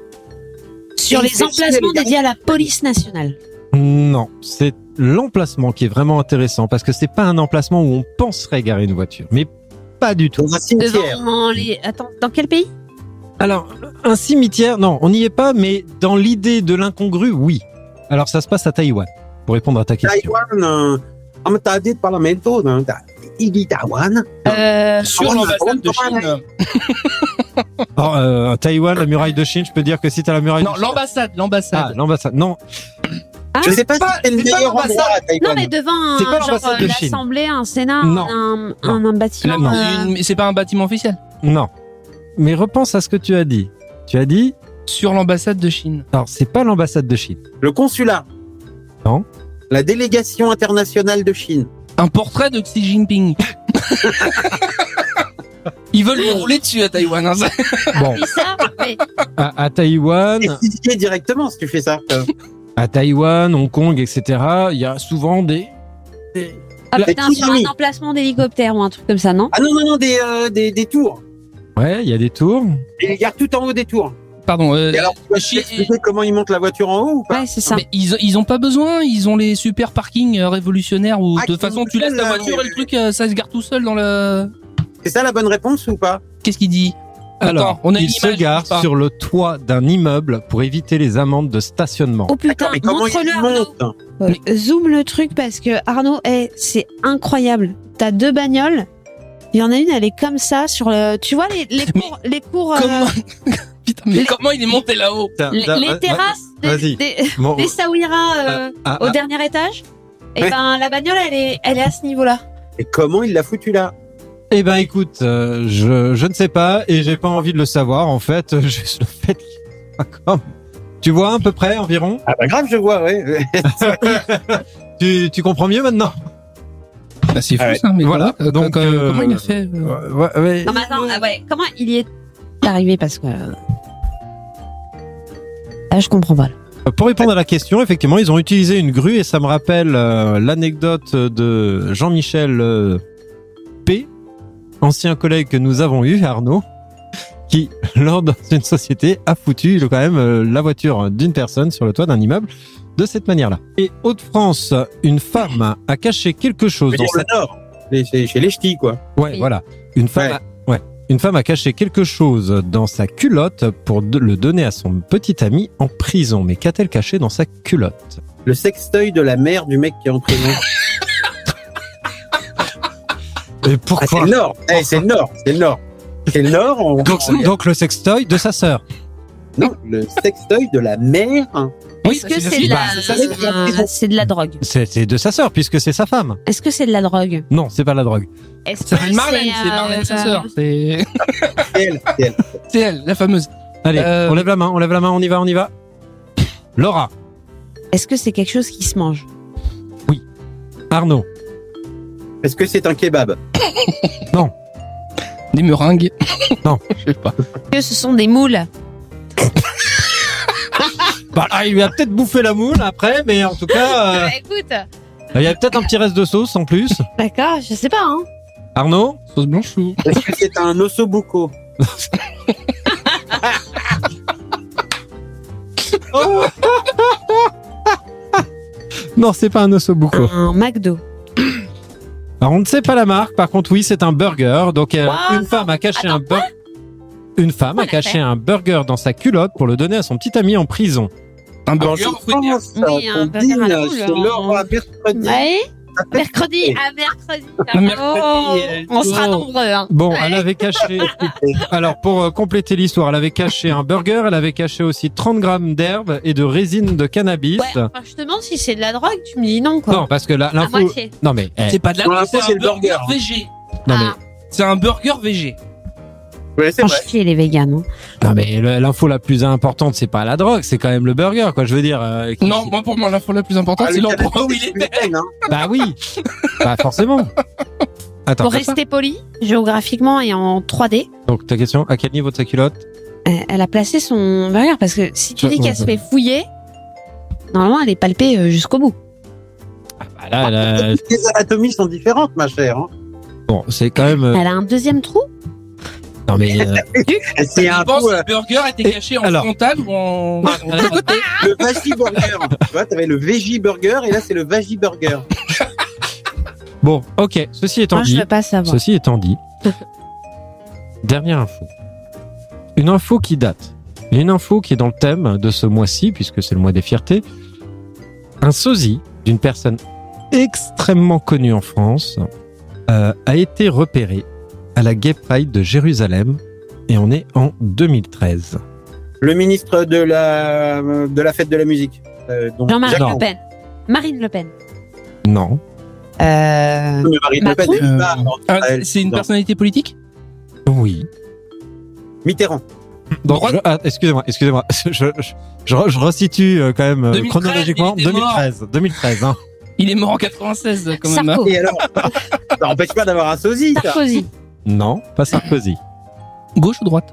Speaker 3: Sur les emplacements dédiés à la police nationale.
Speaker 2: non, c'est l'emplacement qui est vraiment intéressant, parce que c'est pas un emplacement où on penserait garer une voiture, mais pas du tout.
Speaker 1: Dans un cimetière.
Speaker 3: Devant les. Attends, dans quel pays
Speaker 2: Alors, un cimetière, non, on n'y est pas, mais dans l'idée de l'incongru, oui. Alors, ça se passe à Taïwan, pour répondre à ta question.
Speaker 1: Taïwan, euh, en t'as dit de parlamento, hein, t'as dit Taïwan.
Speaker 3: euh,
Speaker 4: Sur
Speaker 1: Ah,
Speaker 4: l'ambassade de
Speaker 1: bon, pas
Speaker 4: Chine.
Speaker 2: Alors, euh, Taïwan, la muraille de Chine, je peux dire que si t'as la muraille
Speaker 4: Non,
Speaker 2: de Chine...
Speaker 4: l'ambassade,
Speaker 2: Ah,
Speaker 4: l'ambassade.
Speaker 2: l'ambassade. Non,
Speaker 1: Je sais pas si
Speaker 4: pas-
Speaker 1: c'est le
Speaker 4: c'est pas
Speaker 1: meilleur
Speaker 4: l'ambassade.
Speaker 1: endroit à
Speaker 3: Non,
Speaker 1: Taïwan.
Speaker 3: mais devant un,
Speaker 2: C'est pas
Speaker 3: genre,
Speaker 2: l'ambassade
Speaker 3: euh,
Speaker 2: de Chine.
Speaker 3: l'Assemblée, un Sénat,
Speaker 2: Non.
Speaker 3: un, un, un bâtiment.
Speaker 2: Non.
Speaker 3: euh,
Speaker 4: Une- Mais c'est pas un bâtiment officiel.
Speaker 2: non. Mais repense à ce que tu as dit. Tu as dit,
Speaker 4: Sur l'ambassade de Chine.
Speaker 2: alors c'est pas l'ambassade de Chine.
Speaker 1: Le consulat.
Speaker 2: Non.
Speaker 1: La délégation internationale de Chine.
Speaker 4: Un portrait de Xi Jinping. Ils veulent lui rouler dessus à Taïwan. hein, ça.
Speaker 2: Bon,
Speaker 3: puis ça, mais
Speaker 2: à, à Taïwan,
Speaker 1: Et critiquer directement si tu fais ça. Euh,
Speaker 2: à Taïwan, Hong Kong, etc. Il y a souvent des
Speaker 3: ah,
Speaker 1: La
Speaker 3: putain, sur un
Speaker 1: Tiffany.
Speaker 3: emplacement d'hélicoptère ou un truc comme ça, non
Speaker 1: Ah non, non, non, des, euh, des, des tours.
Speaker 2: ouais, il y a des tours.
Speaker 1: Et les gardes tout en haut des tours.
Speaker 4: Pardon. euh,
Speaker 1: Et alors, tu vas
Speaker 4: Chine-
Speaker 1: expliquer comment ils montent la voiture en haut ou pas
Speaker 3: Ouais, c'est ça.
Speaker 4: mais ils, ils ont pas besoin, ils ont les super parkings euh, révolutionnaires où
Speaker 1: Ah,
Speaker 4: de
Speaker 1: qui
Speaker 4: façon
Speaker 1: sont
Speaker 4: tu laisses
Speaker 1: seuls,
Speaker 4: ta
Speaker 1: là,
Speaker 4: voiture
Speaker 1: oui,
Speaker 4: et
Speaker 1: oui.
Speaker 4: le truc euh, ça se garde tout seul dans le.
Speaker 1: C'est ça la bonne réponse ou pas
Speaker 4: Qu'est-ce qu'il dit Attends, on a une
Speaker 2: il se
Speaker 4: image,
Speaker 2: gare
Speaker 4: bouge pas.
Speaker 2: sur le toit d'un immeuble pour éviter les amendes de stationnement.
Speaker 3: Oh putain,
Speaker 1: D'accord, mais comment hein.
Speaker 3: montre-le
Speaker 1: ils
Speaker 3: Arnaud.
Speaker 1: montent
Speaker 3: Euh, Zoom le truc parce que Arnaud, hey, c'est incroyable. T'as deux bagnoles. Il y en a une, elle est comme ça sur le. Tu vois les, les
Speaker 4: Mais
Speaker 3: cours, les cours, euh,
Speaker 4: Comment Putain, mais comment il est monté là-haut
Speaker 3: les, les terrasses des,
Speaker 2: vas-y.
Speaker 3: des,
Speaker 2: Bon,
Speaker 3: des Saouira euh,
Speaker 2: ah,
Speaker 3: au
Speaker 2: ah,
Speaker 3: dernier étage. Et
Speaker 1: Ouais.
Speaker 3: ben la bagnole, elle est, elle est à ce niveau-là.
Speaker 1: Et comment il l'a foutu là
Speaker 2: eh ben écoute, euh, je, je ne sais pas et j'ai pas envie de le savoir en fait. Juste le fait. que- Comme- Tu vois à peu près environ.
Speaker 1: Ah bah grave, je vois, ouais.
Speaker 2: Tu, tu comprends mieux maintenant.
Speaker 4: Bah, C'est fou
Speaker 1: Ah ouais.
Speaker 4: ça, mais
Speaker 2: Voilà,
Speaker 4: comment-
Speaker 2: donc,
Speaker 4: comment-
Speaker 2: euh,
Speaker 4: comment il a fait euh,
Speaker 2: Ouais, ouais, ouais.
Speaker 3: Non mais attends, ah ouais, comment il y est arrivé parce que. Là, je comprends pas. là.
Speaker 2: Pour répondre à la question, effectivement, ils ont utilisé une grue et ça me rappelle euh, l'anecdote de Jean-Michel euh, P, ancien collègue que nous avons eu, Arnaud, qui, lors dans une société, a foutu quand même euh, la voiture d'une personne sur le toit d'un immeuble de cette manière-là. Et Haute-France, une femme a caché quelque chose dans
Speaker 1: Dans
Speaker 2: sa
Speaker 1: le nord. C'est- c'est Chez les ch'tis, quoi.
Speaker 2: Ouais,
Speaker 3: Oui.
Speaker 2: voilà. Une femme, A, ouais. Une femme a caché quelque chose dans sa culotte pour de- le donner à son petit ami en prison. Mais qu'a-t-elle caché dans sa culotte
Speaker 1: Le sextoy de la mère du mec qui est en prison.
Speaker 2: Et
Speaker 1: Ah, c'est
Speaker 2: pourquoi
Speaker 1: le nord. Eh, c'est le nord. C'est le nord. C'est le nord. on-
Speaker 2: donc,
Speaker 1: on-
Speaker 2: donc le sextoy de sa sœur.
Speaker 1: Non, le sextoy de la mère. hein.
Speaker 4: Oui,
Speaker 3: Est-ce
Speaker 4: ça,
Speaker 3: que
Speaker 4: c'est-
Speaker 3: c'est de,
Speaker 4: bah, ça, c'est-
Speaker 3: la... euh, c'est de la drogue
Speaker 2: C'est c'est de sa sœur puisque c'est sa femme.
Speaker 3: Est-ce que c'est de la drogue
Speaker 2: Non, c'est pas la drogue.
Speaker 3: Est-ce
Speaker 4: Ça s'appelle
Speaker 3: que
Speaker 4: Marlène, c'est
Speaker 3: euh,
Speaker 4: Marlène sa sœur. C'est
Speaker 1: C'est elle, c'est elle.
Speaker 4: c'est elle, la fameuse.
Speaker 2: Allez,
Speaker 4: Euh,
Speaker 2: on lève la main, on lève la main, on y va, on y va. Laura,
Speaker 3: Est-ce que c'est quelque chose qui se mange
Speaker 2: Arnaud,
Speaker 1: Est-ce que c'est un kebab
Speaker 4: Des meringues.
Speaker 2: Non.
Speaker 4: je sais pas.
Speaker 3: Est-ce que ce sont des moules
Speaker 2: bah là, il lui a peut-être bouffé la moule après, mais en tout cas, euh,
Speaker 3: Bah, Écoute,
Speaker 2: il y a peut-être un petit reste de sauce en plus.
Speaker 3: d'accord, je sais pas. Hein.
Speaker 2: Arnaud,
Speaker 4: Sauce blanche ou
Speaker 1: Est-ce que c'est un osso buco
Speaker 2: non, c'est pas un osso buco.
Speaker 3: Un McDo.
Speaker 2: Alors, on ne sait pas la marque, par contre, oui, c'est un burger. Donc, euh,
Speaker 3: Wow.
Speaker 2: une femme a caché
Speaker 3: Attends,
Speaker 2: un burger. Une femme a
Speaker 3: Qu'on a
Speaker 2: caché
Speaker 3: fait
Speaker 2: un burger dans sa culotte pour le donner à son petit ami en prison.
Speaker 4: un
Speaker 1: Alors,
Speaker 4: burger
Speaker 1: je
Speaker 4: aux fruits de mer.
Speaker 1: pense, euh,
Speaker 3: Oui, un
Speaker 1: qu'on
Speaker 3: burger à la
Speaker 1: dîne
Speaker 3: poule,
Speaker 1: chez
Speaker 3: on-
Speaker 1: Laura mercredi.
Speaker 3: Ouais. Mercredi, à mercredi.
Speaker 4: Le mercredi,
Speaker 3: Oh,
Speaker 4: euh,
Speaker 3: on sera
Speaker 4: oh.
Speaker 3: nombreux. Hein.
Speaker 2: Bon, elle avait caché. Alors, pour euh, compléter l'histoire, elle avait caché un burger, elle avait caché aussi 30 grammes d'herbe et de résine de cannabis.
Speaker 3: Ouais, enfin, je te demande si c'est de la drogue, tu me dis non quoi.
Speaker 2: Non, parce que là,
Speaker 3: à
Speaker 2: l'info.
Speaker 3: moitié.
Speaker 2: Non, mais eh,
Speaker 4: C'est pas de la
Speaker 1: Pour
Speaker 4: bouffe,
Speaker 1: l'info, c'est le burger, hein.
Speaker 4: végé.
Speaker 2: Non
Speaker 3: Ah,
Speaker 2: mais,
Speaker 4: C'est un burger VG.
Speaker 1: Ouais, c'est
Speaker 3: Ils font
Speaker 1: vrai.
Speaker 3: chier les véganes. hein.
Speaker 2: non mais le- l'info la plus importante, c'est pas la drogue, c'est quand même le burger, quoi. Je veux dire. euh, qui-
Speaker 4: Non, moi pour moi l'info la plus importante
Speaker 1: Ah,
Speaker 4: c'est
Speaker 1: le
Speaker 4: l'endroit où
Speaker 1: cannabis,
Speaker 4: il est.
Speaker 1: c'est gluten, hein.
Speaker 2: Bah oui. bah forcément. Attends.
Speaker 3: Pour
Speaker 2: t'as pas
Speaker 3: rester poli, géographiquement et en 3D,
Speaker 2: Donc ta question, à quel niveau de sa culotte
Speaker 3: euh, elle a placé son burger parce que si tu
Speaker 2: Ça,
Speaker 3: dis
Speaker 2: ouais,
Speaker 3: qu'elle se
Speaker 2: ouais.
Speaker 3: fait fouiller, normalement elle est palpée euh, jusqu'au bout.
Speaker 2: Bah là, là,
Speaker 1: Toutes les anatomies sont différentes, ma chère. hein.
Speaker 2: bon, c'est quand même. euh,
Speaker 3: Elle a un deuxième trou
Speaker 2: Non mais. euh,
Speaker 1: C'est
Speaker 4: Je
Speaker 1: un Ah,
Speaker 4: pense
Speaker 1: peu
Speaker 4: que
Speaker 1: euh,
Speaker 4: le burger était
Speaker 2: Et
Speaker 4: caché en
Speaker 2: alors
Speaker 4: frontal ou en.
Speaker 1: le veggie burger. tu vois, t'avais le veggie burger et là c'est le veggie burger.
Speaker 2: Bon, ok. Ceci étant
Speaker 3: Moi hein, je
Speaker 2: dit,
Speaker 3: veux pas savoir.
Speaker 2: ceci étant dit, dernière info. Une info qui date. Et Une info qui est dans le thème de ce mois-ci, puisque c'est le mois des fiertés. Un sosie d'une personne extrêmement connue en France euh, a été repéré à la Gay Pride de Jérusalem et on est en 2013.
Speaker 1: Le ministre de la de la fête de la musique. euh, donc
Speaker 3: Jean-Marie
Speaker 1: Jacques
Speaker 2: Non.
Speaker 3: Le Pen. Marine Le Pen.
Speaker 2: Non.
Speaker 3: Euh,
Speaker 1: Lang. Mais Marine Le Pen,
Speaker 3: Macron
Speaker 1: elle est pas dans
Speaker 4: Ah,
Speaker 1: Israël.
Speaker 4: c'est une
Speaker 1: Non.
Speaker 4: personnalité politique
Speaker 2: Oui.
Speaker 1: Mitterrand.
Speaker 2: Donc,
Speaker 4: Droite.
Speaker 2: je- ah, excusez-moi, excusez-moi. Je, je, je, re- je resitue euh, quand même euh,
Speaker 4: 2013,
Speaker 2: chronologiquement
Speaker 4: il était mort.
Speaker 2: 2013. 2013. Hein.
Speaker 4: Il est mort en 96 quand même. hein.
Speaker 3: Sarko.
Speaker 1: Et alors, ça n'empêche pas d'avoir un sosie. ça.
Speaker 3: Oh. Sarkozy.
Speaker 2: Non, pas Sarkozy.
Speaker 4: Gauche ou droite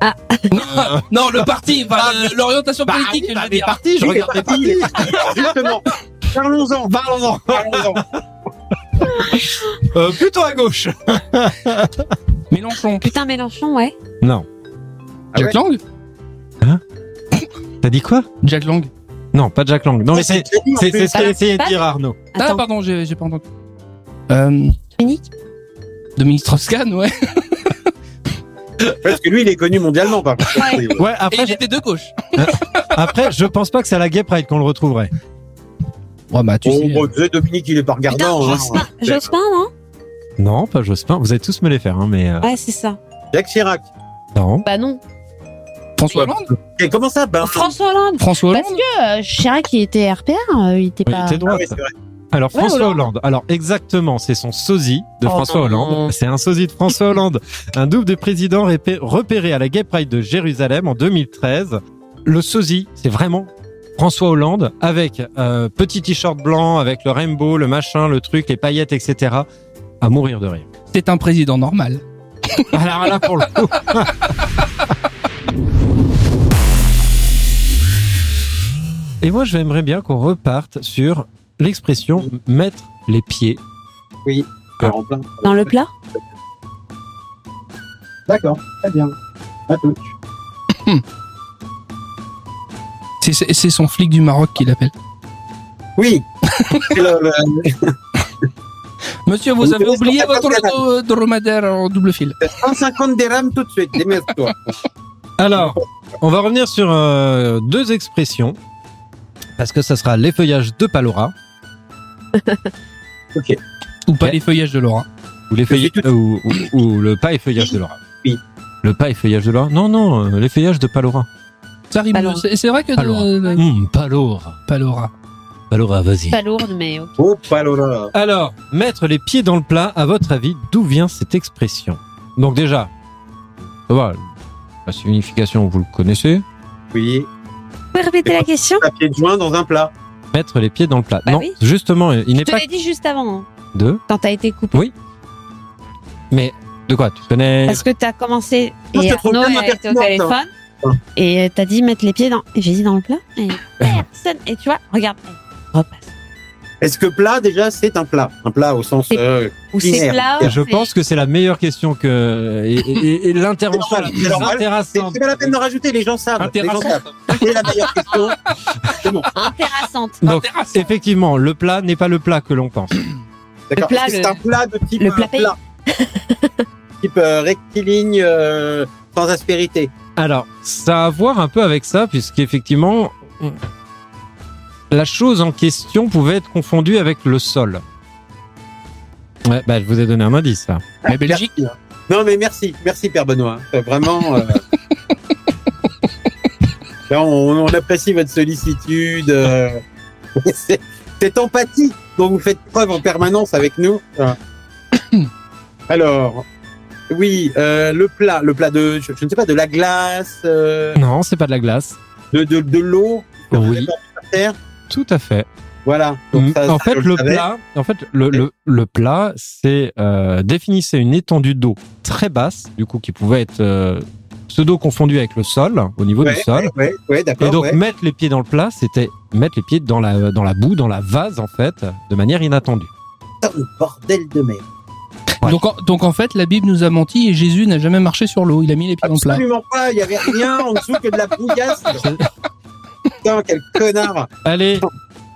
Speaker 3: Ah.
Speaker 4: Non, non, le parti, enfin, le- l'orientation
Speaker 2: Bah,
Speaker 4: politique,
Speaker 2: oui, bah,
Speaker 4: je veux
Speaker 2: les
Speaker 4: dire.
Speaker 2: partis, je
Speaker 1: Oui,
Speaker 2: regarde
Speaker 1: les
Speaker 2: les partis.
Speaker 1: partis, Justement. Parlons-en.
Speaker 2: Parlons-en.
Speaker 4: Ah,
Speaker 1: Parlons-en.
Speaker 2: Euh, plutôt à gauche.
Speaker 4: Mélenchon.
Speaker 3: Putain Mélenchon, ouais.
Speaker 2: Non.
Speaker 1: Ah
Speaker 4: Jack Lang
Speaker 2: T'as dit quoi
Speaker 4: Jack Lang.
Speaker 2: Non, pas Jack Lang. Non, mais c'est c'est- c'est ce
Speaker 3: Alors,
Speaker 2: qu'a essayé de
Speaker 3: pas-
Speaker 2: dire Arnaud.
Speaker 4: Ah,
Speaker 3: Attends,
Speaker 4: pardon, j'ai j'ai pas entendu. Euh,
Speaker 3: Dominique
Speaker 4: Dominique Strauss-Kahn, ouais.
Speaker 1: Parce que lui, il est connu mondialement, par contre.
Speaker 3: Ouais.
Speaker 2: Ouais,
Speaker 4: Et
Speaker 2: après,
Speaker 4: il était de gauche.
Speaker 2: après, je pense pas que c'est à la Gay Pride qu'on le retrouverait.
Speaker 4: Ouais, bah, tu
Speaker 1: Bon,
Speaker 4: sais.
Speaker 1: bon, tu sais, Oh, Dominique, il est pas regardant.
Speaker 3: Putain,
Speaker 1: hein.
Speaker 3: Jospin, Jospin, non
Speaker 2: Non, pas Jospin. Vous allez tous me les faire, hein, mais euh,
Speaker 3: hein. Ouais, c'est ça.
Speaker 1: Jacques Chirac.
Speaker 2: non.
Speaker 3: Bah non.
Speaker 4: euh, François Hollande
Speaker 1: Et comment ça ben,
Speaker 3: Bah, François Hollande.
Speaker 4: François
Speaker 3: Parce
Speaker 4: Hollande
Speaker 3: que euh, Chirac, il était RPR, euh, il était
Speaker 2: Il
Speaker 3: pas.
Speaker 2: était
Speaker 1: ah
Speaker 2: droite.
Speaker 1: oui, c'est vrai.
Speaker 2: Alors
Speaker 3: Ouais,
Speaker 2: François
Speaker 3: Hollande.
Speaker 2: Hollande. Alors exactement, c'est son sosie de
Speaker 3: Oh
Speaker 2: François
Speaker 3: non.
Speaker 2: Hollande. C'est un sosie de François Hollande, un double de président répé- repéré à la Gay Pride de Jérusalem en 2013. Le sosie, c'est vraiment François Hollande avec euh, petit t-shirt blanc, avec le rainbow, le machin, le truc, les paillettes, etc. À mourir de rire.
Speaker 4: C'est un président normal.
Speaker 2: Alors là pour le coup. Et moi, j'aimerais bien qu'on reparte sur l'expression mettre les pieds
Speaker 1: Alors, en plein.
Speaker 3: Dans le plat
Speaker 1: D'accord, très bien. À tout.
Speaker 4: C'est- C'est c'est son flic du Maroc qui l'appelle.
Speaker 1: Oui. C'est le- le-
Speaker 4: Monsieur, vous
Speaker 1: Vous
Speaker 4: avez
Speaker 1: devez
Speaker 4: oublié
Speaker 1: sortir
Speaker 4: votre
Speaker 1: la
Speaker 4: euh, dromadaire en double fil.
Speaker 1: 150 dirhams tout de suite, démerde-toi.
Speaker 2: Alors, on va revenir sur euh, deux expressions. Parce que ça sera l'effeuillage de Palora.
Speaker 4: Ou pas
Speaker 2: Ouais.
Speaker 4: les feuillages de Laura.
Speaker 2: Ou, l'effeuilla- euh, ou, ou- ou le pas effeuillage de Laura.
Speaker 1: Oui.
Speaker 2: Le pas effeuillage de Laura. Non, non, euh, l'effeuillage de Palora.
Speaker 4: Ça rime.
Speaker 3: Pas Laura.
Speaker 4: C'est c'est vrai que.
Speaker 2: Pas Laura.
Speaker 4: de-
Speaker 2: Hum, Palora.
Speaker 4: Pas Laura.
Speaker 2: Palora, vas-y.
Speaker 3: Pas lourde, mais ok.
Speaker 1: Oh, palora.
Speaker 2: Alors, mettre les pieds dans le plat, à votre avis, d'où vient cette expression Donc déjà, ça va, la signification, vous le connaissez.
Speaker 1: Oui.
Speaker 3: Vous pouvez répéter la question
Speaker 1: Papier de joint dans un plat.
Speaker 2: Mettre les pieds dans le plat.
Speaker 3: Bah
Speaker 2: non,
Speaker 3: oui.
Speaker 2: justement, il n'est
Speaker 3: Je te
Speaker 2: pas
Speaker 3: l'ai dit juste avant, hein,
Speaker 2: de...
Speaker 3: quand t'as été coupé.
Speaker 2: Oui. Mais de quoi Tu connais...
Speaker 3: Parce que t'as commencé
Speaker 1: Non,
Speaker 3: et
Speaker 1: c'est trop
Speaker 3: Arnaud
Speaker 1: bien
Speaker 3: a été au
Speaker 1: impertinent,
Speaker 3: téléphone. Et euh, t'as dit mettre les pieds dans. et J'ai dit dans le plat. Et personne. Et tu vois, regarde. elle Repasse.
Speaker 1: Est-ce que plat, déjà, c'est un plat Un plat au sens.
Speaker 3: C'est-
Speaker 1: euh,
Speaker 3: Ou c'est
Speaker 1: Binaire.
Speaker 3: plat.
Speaker 2: Je pense que c'est la meilleure question que et, et- et l'intervention
Speaker 1: C'est
Speaker 2: la
Speaker 1: normal,
Speaker 2: plus
Speaker 1: c'est normal. C'est
Speaker 2: intéressante.
Speaker 1: c'est pas la peine de rajouter, les gens savent. Les gens savent.
Speaker 4: Intéressant.
Speaker 1: C'est la meilleure question. C'est bon.
Speaker 3: Intéressante.
Speaker 2: Donc
Speaker 4: Intéressant.
Speaker 2: effectivement, le plat n'est pas le plat que l'on pense.
Speaker 1: D'accord. Est-ce
Speaker 3: plat,
Speaker 1: que
Speaker 3: le-
Speaker 1: C'est un plat de type.
Speaker 3: le
Speaker 1: euh,
Speaker 3: plat pays.
Speaker 1: type euh, rectiligne, euh, sans aspérité.
Speaker 2: Alors, ça a à voir un peu avec ça puisqu'effectivement on- la chose en question pouvait être confondue avec le sol. Ouais, bah je vous ai donné un indice là.
Speaker 4: Mais Belgique.
Speaker 1: Merci, hein. Non, mais merci. Merci, Père Benoît. Euh, Vraiment. euh, Là, on, on apprécie votre sollicitude. euh, c'est- Cette empathie dont vous faites preuve en permanence avec nous. Euh, Alors, oui, euh, le plat, le plat de, je, je ne sais pas, de la glace, euh,
Speaker 2: Non, c'est pas de la glace.
Speaker 1: de, de, de l'eau. que vous
Speaker 2: Oui.
Speaker 1: avez portée par terre.
Speaker 2: Tout à fait.
Speaker 1: Voilà. Donc ça,
Speaker 2: en
Speaker 1: ça,
Speaker 2: fait,
Speaker 1: je
Speaker 2: le
Speaker 1: savais.
Speaker 2: plat, en fait, le, le, le plat, c'est euh, définissez une étendue d'eau très basse, du coup, qui pouvait être euh, pseudo confondue avec le sol, au niveau
Speaker 1: Ouais,
Speaker 2: du sol.
Speaker 1: ouais, ouais, ouais,
Speaker 2: Et
Speaker 1: d'accord.
Speaker 2: donc
Speaker 1: ouais.
Speaker 2: mettre les pieds dans le plat, c'était mettre les pieds dans la dans la boue, dans la vase en fait, de manière inattendue.
Speaker 1: Putain, le bordel de mer.
Speaker 2: Ouais.
Speaker 4: Donc, en, donc en fait, la Bible nous a menti et Jésus n'a jamais marché sur l'eau. Il a mis les pieds en plat.
Speaker 1: Absolument pas, il y avait rien en dessous que de la bouillasse. Putain, quel connard.
Speaker 2: Allez,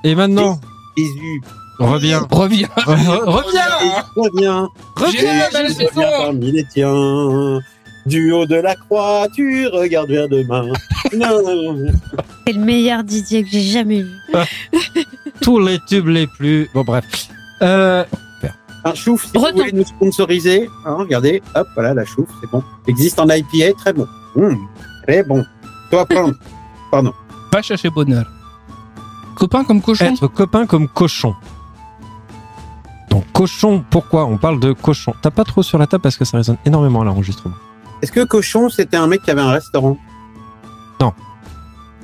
Speaker 2: et maintenant,
Speaker 1: Jésus,
Speaker 2: reviens,
Speaker 4: Reviens.
Speaker 2: Re-
Speaker 4: Oh
Speaker 2: reviens,
Speaker 1: Jésus, reviens.
Speaker 4: Reviens,
Speaker 1: Jésus,
Speaker 4: Jésus,
Speaker 1: reviens parmi les tiens. Du haut de la croix, tu regardes vers demain. Non, non, non.
Speaker 3: C'est le meilleur Didier que j'ai jamais vu.
Speaker 2: tous les tubes les plus. Bon bref. Euh,
Speaker 1: Un chouf, si
Speaker 3: Breton.
Speaker 1: vous voulez nous sponsoriser, hein, regardez, hop, voilà la chouf, c'est bon. Existe en IPA, très bon. Hum, très bon. Toi, prends.
Speaker 4: Va chercher bonheur. Copain comme cochon.
Speaker 2: être copain comme cochon. Donc cochon, pourquoi on parle de cochon T'as pas trop sur la table parce que ça résonne énormément à l'enregistrement.
Speaker 1: Est-ce que Cochon, c'était un mec qui avait un restaurant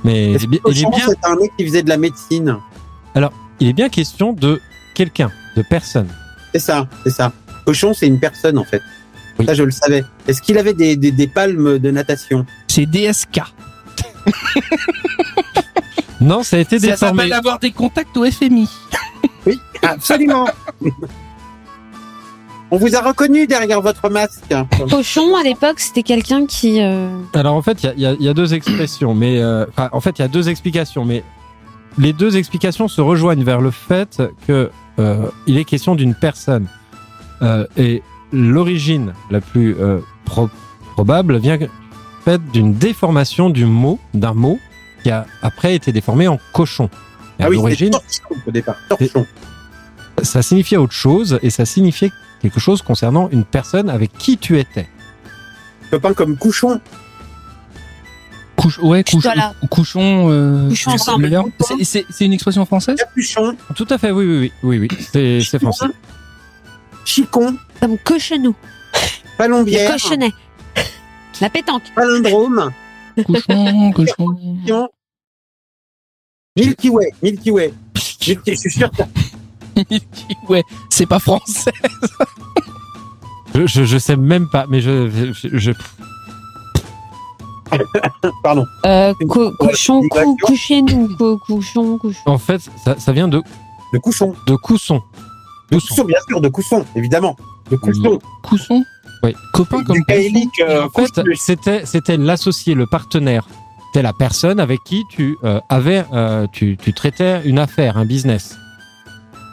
Speaker 2: Mais il
Speaker 1: Est-ce
Speaker 2: est,
Speaker 1: que
Speaker 2: bien, il est
Speaker 1: Cochon,
Speaker 2: bien-
Speaker 1: c'était un mec qui faisait de la médecine
Speaker 2: il est bien question de quelqu'un, de personne.
Speaker 1: C'est ça, c'est ça. Cochon, c'est une personne, en fait.
Speaker 2: Oui.
Speaker 1: Ça, je le savais. Est-ce qu'il avait des, des, des palmes de natation
Speaker 4: C'est DSK.
Speaker 2: Non, ça a été
Speaker 4: Ça
Speaker 2: déformé.
Speaker 4: s'appelle avoir des contacts au FMI.
Speaker 1: Absolument On vous a reconnu derrière votre masque.
Speaker 2: Ah,
Speaker 3: Cochon, à l'époque, c'était quelqu'un qui. euh,
Speaker 2: Alors en fait, il y a- il y, a- il y a deux expressions, mais euh, enfin, en fait, il y a deux explications, mais les deux explications se rejoignent vers le fait que euh, il est question d'une personne Euh, et l'origine la plus euh, pro- probable vient fait d'une déformation du mot d'un mot qui a après été déformé en cochon. Et à
Speaker 1: Ah oui, c'était
Speaker 2: l'origine,
Speaker 1: torchon au départ. Torchon.
Speaker 2: ça signifiait autre chose et ça signifiait quelque chose concernant une personne avec qui tu étais.
Speaker 1: Copain comme couchon.
Speaker 4: Couche, ouais,
Speaker 3: Je suis
Speaker 4: couche,
Speaker 3: pas là.
Speaker 4: ou- couchon. euh,
Speaker 3: Couchons
Speaker 4: le-
Speaker 3: ensemble.
Speaker 4: le verbe. C'est- C'est c'est une expression française
Speaker 1: Capuchon.
Speaker 2: Tout à fait, oui, oui, oui, oui, oui. c'est c'est français.
Speaker 1: Chicon.
Speaker 3: Comme cochenou. Le
Speaker 1: Palombière.
Speaker 3: cochenet. La pétanque.
Speaker 1: Palindrome.
Speaker 4: Couchon, cochon.
Speaker 1: Pion. Milky Way. Milky Way. Milky- je suis sûr que
Speaker 4: ouais, c'est pas français.
Speaker 2: Je, je, je sais même pas, mais je, je, je-
Speaker 1: Pardon.
Speaker 3: Euh, co- cochon,
Speaker 1: Ouais,
Speaker 3: cou, couchez-nous. Co- Couchon, couchon.
Speaker 2: en fait, ça, ça vient de,
Speaker 1: De couchon.
Speaker 2: de cousson.
Speaker 1: De couchon, bien sûr. De couchon, évidemment. De couchon.
Speaker 4: Cousson
Speaker 2: Oui.
Speaker 4: Copain comme
Speaker 1: Du gaélique.
Speaker 2: Et
Speaker 1: euh,
Speaker 2: en fait,
Speaker 1: couchon.
Speaker 2: c'était, c'était l'associé, le partenaire. C'était la personne avec qui tu euh, avais, euh, tu, tu traitais une affaire, un business.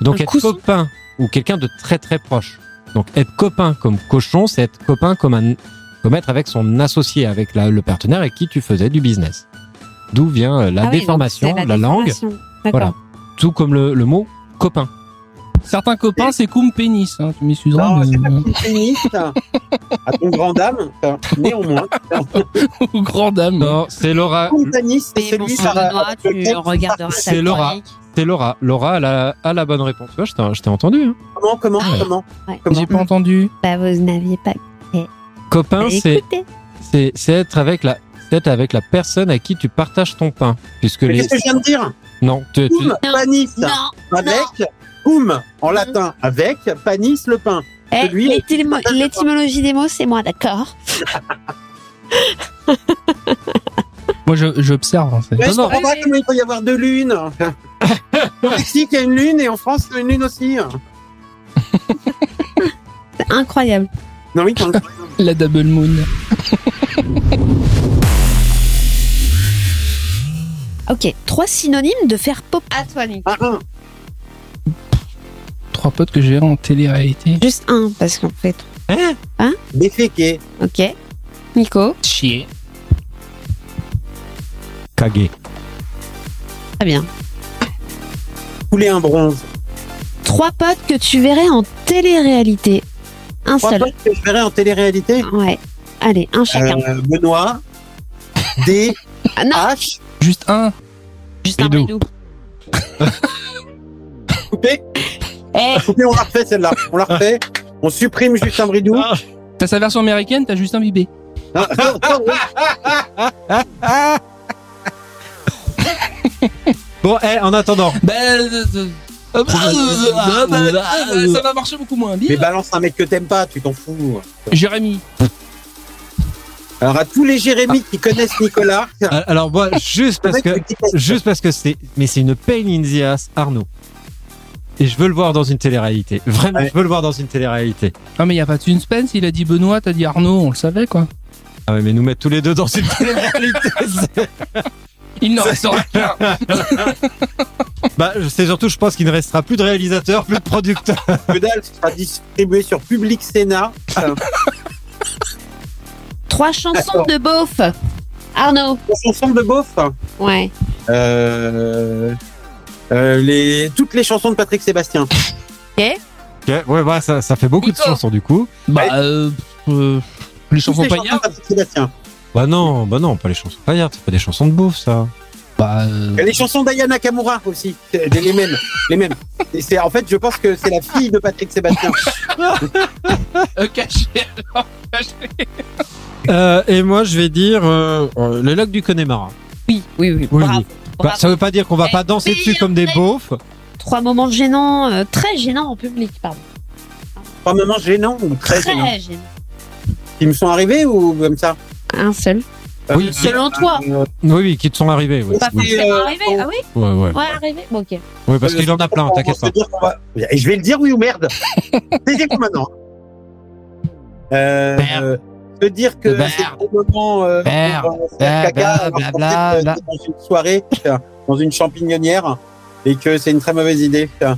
Speaker 2: Donc
Speaker 3: Un
Speaker 2: être
Speaker 3: cousson.
Speaker 2: copain ou quelqu'un de très très proche. Donc être copain comme cochon, c'est être copain comme un, comme être avec son associé, avec la- le partenaire avec qui tu faisais du business. D'où vient euh, la
Speaker 3: Ah oui, donc
Speaker 2: déformation
Speaker 3: c'est
Speaker 2: de la langue,
Speaker 3: déformation. D'accord.
Speaker 2: Voilà. tout comme le, le mot copain.
Speaker 4: Certains copains, c'est cum pénis. hein, Tu
Speaker 1: Non,
Speaker 4: m'excuseras.
Speaker 1: c'est pas
Speaker 4: mais-
Speaker 1: couchoniste. à ton grand dame, néanmoins.
Speaker 4: Ou grand dame.
Speaker 2: Non, c'est Laura.
Speaker 1: Montaniste, c'est
Speaker 3: Mais bon,
Speaker 1: celui
Speaker 3: sang
Speaker 1: par
Speaker 3: Benoît,
Speaker 1: avec lequel
Speaker 3: tu regarderas
Speaker 2: C'est
Speaker 3: ta chronique.
Speaker 2: Laura. C'est Laura. Laura a la, a la bonne réponse. Tu vois, je t'ai- je t'ai entendu. hein.
Speaker 1: Comment, comment, comment
Speaker 3: Ouais.
Speaker 1: Comment
Speaker 4: J'ai pas entendu.
Speaker 3: Bah, vous n'aviez pas Bah,
Speaker 2: Copain, c'est
Speaker 3: écouté.
Speaker 2: c'est c'est être avec la c'est être avec la personne à qui tu partages ton pain puisque
Speaker 1: Mais
Speaker 2: les
Speaker 1: Qu'est-ce que je viens de dire
Speaker 2: non tu, tu-
Speaker 1: Oum, panis,
Speaker 3: Non.
Speaker 1: avec, oum, en latin, avec, panis, le pain.
Speaker 3: Eh,
Speaker 1: Celui-
Speaker 3: l'étymo- L'étymologie des mots, c'est moi, d'accord
Speaker 4: Moi, je- j'observe. en fait.
Speaker 1: Mais je
Speaker 2: non.
Speaker 1: comprends pas
Speaker 3: Oui,
Speaker 1: comment il peut y avoir deux lunes. Au Mexique, il y a une lune et en France, il y a une lune aussi.
Speaker 3: C'est incroyable.
Speaker 1: Non, oui, quand même.
Speaker 4: La double moon.
Speaker 3: Ok, trois synonymes de faire pop. À toi, Nick.
Speaker 1: Ah, ah.
Speaker 4: Trois potes que j'ai en télé-réalité.
Speaker 3: Juste un, parce qu'on fait trois.
Speaker 1: Déféqué,
Speaker 3: Ok. Nico,
Speaker 4: Chier.
Speaker 2: Kage.
Speaker 3: très bien.
Speaker 1: couler un bronze.
Speaker 3: Trois potes que tu verrais en télé-réalité. Un
Speaker 1: Trois
Speaker 3: seul.
Speaker 1: potes que je verrai en télé-réalité.
Speaker 3: Ouais. Allez, un chacun.
Speaker 1: Euh, Benoît, D,
Speaker 3: Ah, non,
Speaker 1: H,
Speaker 4: Juste un.
Speaker 3: juste un
Speaker 2: Bidou.
Speaker 3: bidou.
Speaker 1: coupé.
Speaker 3: Eh,
Speaker 1: Coupé, on la refait celle-là. On la refait. On supprime Justin Bridou.
Speaker 2: Ah.
Speaker 4: T'as sa version américaine, t'as Justin Bibé.
Speaker 2: Bon, eh, en attendant,
Speaker 4: Ben, euh, euh, euh, euh, euh, euh, ça va marcher beaucoup moins
Speaker 1: Mais
Speaker 4: bien.
Speaker 1: balance un mec que t'aimes pas, tu t'en fous.
Speaker 4: Jérémy,
Speaker 1: Alors à tous les Jérémy qui connaissent Nicolas,
Speaker 2: a- alors moi, juste parce que, juste parce que c'est, mais c'est une pain in the ass, Arnaud. Et je veux le voir dans une télé-réalité. Vraiment,
Speaker 1: Ouais.
Speaker 2: je veux le voir dans une télé-réalité.
Speaker 4: non mais y a pas de suspense, il a dit Benoît, t'as dit Arnaud, on le savait quoi.
Speaker 2: Ah ouais, mais nous mettre tous les deux dans une télé-réalité. c'est-
Speaker 4: Il n'en restera qu'un.
Speaker 2: bah, c'est surtout, je pense qu'il ne restera plus de réalisateur, plus de producteur.
Speaker 1: que dalle sera distribué sur Public Sénat.
Speaker 3: Trois chansons
Speaker 1: Attends.
Speaker 3: de beauf. Arnaud.
Speaker 1: On s'ensemble de beauf.
Speaker 3: Ouais.
Speaker 1: Euh, euh, les, toutes les chansons de Patrick Sébastien.
Speaker 2: Ok, ouais, bah, ça, ça fait beaucoup de
Speaker 3: Nico.
Speaker 2: chansons du coup.
Speaker 4: Bah, euh, euh, les chansons
Speaker 1: Toutes les
Speaker 4: paillardes.
Speaker 1: de Patrick Sébastien.
Speaker 2: Bah non, bah non, pas les chansons paillardes, c'est pas des chansons de bouffe, ça.
Speaker 4: Bah, euh,
Speaker 1: Et les chansons d'Ayana Kamura aussi. C'est des- Les mêmes. Les mêmes. Et c'est, en fait, je pense que c'est la fille de Patrick Sébastien.
Speaker 4: euh, caché.
Speaker 2: Euh, et moi, je vais dire euh, euh, le lac du Connemara.
Speaker 3: Oui, oui, oui.
Speaker 2: Oui,
Speaker 3: Bravo.
Speaker 2: oui. Bah,
Speaker 3: Bravo.
Speaker 2: ça veut pas dire qu'on va pas
Speaker 3: Eh,
Speaker 2: danser
Speaker 3: oui,
Speaker 2: dessus comme des
Speaker 3: oui.
Speaker 2: beaufs.
Speaker 3: Trois moments gênants, euh, très gênants en public, pardon.
Speaker 1: Trois moments gênants ou très gênants.
Speaker 3: Très gênants.
Speaker 1: Ils me sont arrivés ou comme ça
Speaker 3: Un seul.
Speaker 2: Oui,
Speaker 1: Euh,
Speaker 3: Selon toi.
Speaker 1: euh,
Speaker 2: Oui, oui, qui te sont arrivés. oui.
Speaker 3: Pas
Speaker 1: oui,
Speaker 3: forcément
Speaker 1: euh,
Speaker 3: arrivé.
Speaker 1: bon.
Speaker 3: Ah oui
Speaker 2: Ouais, ouais.
Speaker 3: Ouais, arrivé. Bon, ok.
Speaker 2: Oui, parce qu'il en a plein,
Speaker 1: on-
Speaker 2: t'inquiète
Speaker 1: on
Speaker 2: pas.
Speaker 1: se dit qu'on va- Et je vais le dire oui ou merde. C'est quoi maintenant euh,
Speaker 4: Merde.
Speaker 1: Se dire que
Speaker 4: Merde.
Speaker 1: c'est le moment euh,
Speaker 4: Merde.
Speaker 1: on va faire
Speaker 4: Merde,
Speaker 1: caca alors
Speaker 4: bla,
Speaker 1: qu'en
Speaker 4: bla,
Speaker 1: fait, euh,
Speaker 4: bla.
Speaker 1: c'est dans une soirée, euh, dans une champignonnière, et que c'est une très mauvaise idée, euh,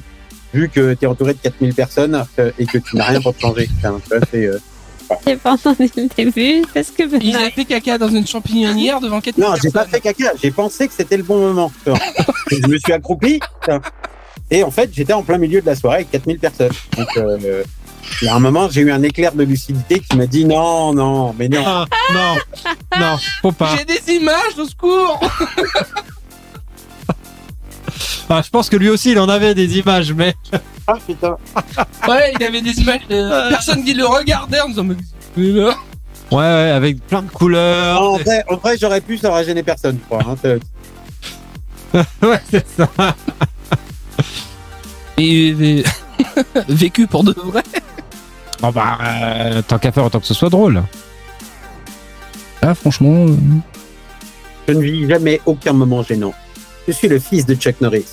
Speaker 1: vu que t'es entouré de 4000 personnes euh, et que tu n'as rien pour te changer. euh, tu vois, c'est, euh,
Speaker 3: J'ai pas entendu le début parce que.
Speaker 4: Il a fait caca dans une champignonnière devant 4
Speaker 1: Non, j'ai pas fait caca. J'ai pensé que c'était le bon moment. euh, et je me suis accroupi. euh, Et en fait, j'étais en plein milieu de la soirée avec 4000 personnes. Donc, euh, euh, il y a un moment, j'ai eu un éclair de lucidité qui m'a dit non, non, mais non.
Speaker 2: Ah, non, non, faut pas.
Speaker 4: J'ai des images, au secours
Speaker 2: Ah, je pense que lui aussi, il en avait des images, mais
Speaker 1: Ah putain.
Speaker 4: Ouais, il avait des images
Speaker 2: Euh.
Speaker 4: de personne qui le regardait en disant Mais mais là,
Speaker 2: ouais, ouais, avec plein de couleurs.
Speaker 1: En vrai, en vrai, j'aurais pu, ça aurait gêné personne, je crois. hein, euh,
Speaker 2: Ouais, c'est ça.
Speaker 4: Et, et- vécu pour de vrai.
Speaker 2: Oh bah, euh, tant qu'à faire, autant que ce soit drôle.
Speaker 4: Ah, franchement.
Speaker 1: Je ne vis jamais aucun moment gênant. Je suis le fils de Chuck Norris.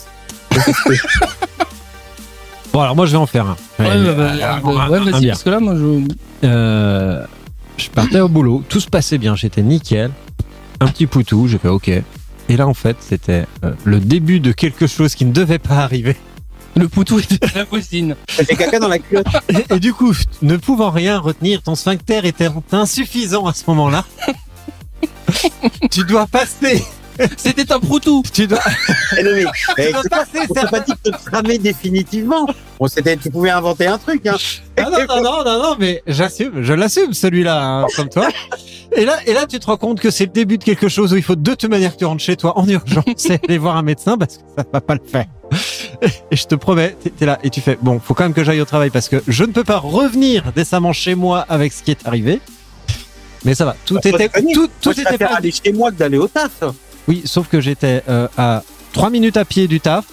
Speaker 2: Bon, alors moi, je vais en faire un.
Speaker 4: Ouais,
Speaker 2: Allez,
Speaker 4: bah, bah,
Speaker 2: alors,
Speaker 4: bah,
Speaker 2: un-
Speaker 4: ouais,
Speaker 2: un
Speaker 4: vas-y,
Speaker 2: bien.
Speaker 4: parce que là, moi, je.
Speaker 2: Euh, je partais au boulot, tout se passait bien, j'étais nickel. Un petit poutou, j'ai fait ok. Et là, en fait, c'était euh, le début de quelque chose qui ne devait pas arriver.
Speaker 4: Le poutou était à la voisine.
Speaker 1: J'ai fait caca dans la culotte.
Speaker 2: Et, et du coup, ne pouvant rien retenir, ton sphincter était insuffisant à ce moment-là. tu dois passer,
Speaker 4: C'était un proutou
Speaker 2: tu dois,
Speaker 1: Eh non, mais, eh,
Speaker 2: tu dois
Speaker 1: c'est pas-
Speaker 2: passer.
Speaker 1: on
Speaker 2: ça-
Speaker 1: s'est pas dit de te cramer définitivement. On s'était, tu pouvais inventer un truc. Hein.
Speaker 2: Ah non, non, non, non, non, mais j'assume, je l'assume celui-là, hein, comme toi. Et là, et là, tu te rends compte que c'est le début de quelque chose où il faut de toute manière que tu rentres chez toi en urgence et aller voir un médecin parce que ça va pas le faire. Et je te promets, t'es- t'es là et tu fais, bon, faut quand même que j'aille au travail parce que je ne peux pas revenir décemment chez moi avec ce qui est arrivé. Mais ça va, tout
Speaker 1: Bah, faut
Speaker 2: était,
Speaker 1: te prévenir.
Speaker 2: tout, tout
Speaker 1: Moi, je
Speaker 2: était
Speaker 1: préfère
Speaker 2: pas.
Speaker 1: aller chez moi que d'aller au taf.
Speaker 2: Oui, sauf que j'étais euh, à 3 minutes à pied du taf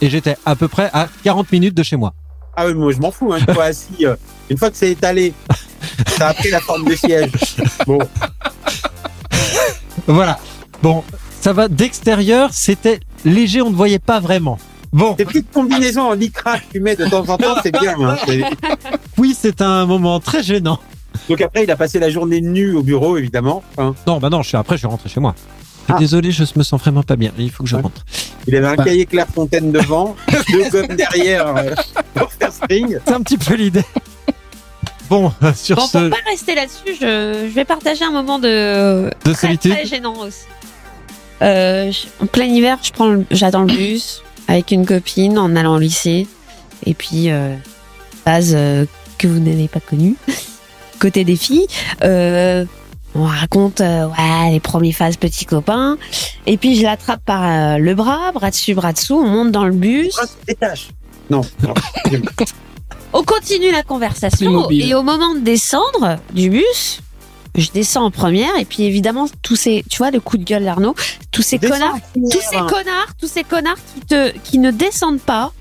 Speaker 2: et j'étais à peu près à 40 minutes de chez moi.
Speaker 1: Ah oui, moi je m'en fous. hein, une fois assis, euh, une fois que c'est étalé, ça a pris la forme de siège. Bon,
Speaker 2: Voilà. Bon, ça va. D'extérieur, c'était léger, on ne voyait pas vraiment. Bon,
Speaker 1: ces petites combinaisons en lycra que tu mets de temps en temps, c'est bien. hein, c'est-
Speaker 2: oui, c'est un moment très gênant.
Speaker 1: Donc après, il a passé la journée nue au bureau, évidemment. hein.
Speaker 2: Non, bah non, je suis, après, je suis rentré chez moi. Je suis
Speaker 1: Ah.
Speaker 2: Désolé, je me sens vraiment pas bien. Il faut que je
Speaker 1: Ouais.
Speaker 2: rentre.
Speaker 1: Il avait un
Speaker 4: Ouais.
Speaker 1: cahier Clairefontaine devant, deux gommes derrière euh, pour faire string.
Speaker 2: C'est un petit peu l'idée. Bon, euh, sur
Speaker 3: Bon,
Speaker 2: ce
Speaker 3: pour pas rester là-dessus, je, je vais partager un moment de
Speaker 2: de
Speaker 3: très,
Speaker 2: solitude,
Speaker 3: très gênant aussi. Euh, je- en plein hiver, je prends, le- j'attends le bus avec une copine en allant au lycée, et puis euh, phase euh, que vous n'avez pas connue côté des filles. euh, on raconte euh, ouais, les premières phases petits copains, et puis je l'attrape par euh, le bras, bras dessus, bras dessous, on monte dans le bus.
Speaker 4: Euh,
Speaker 1: Ah, c'est des tâches. Non, non.
Speaker 3: On continue la conversation
Speaker 4: Playmobil.
Speaker 3: et au moment de descendre du bus, je descends en première et puis évidemment tous ces, tu vois, le coup de gueule d'Arnaud, tous ces
Speaker 1: Descends
Speaker 3: connards,
Speaker 1: en
Speaker 3: tous ces
Speaker 1: première.
Speaker 3: connards, tous ces connards qui te, qui ne descendent pas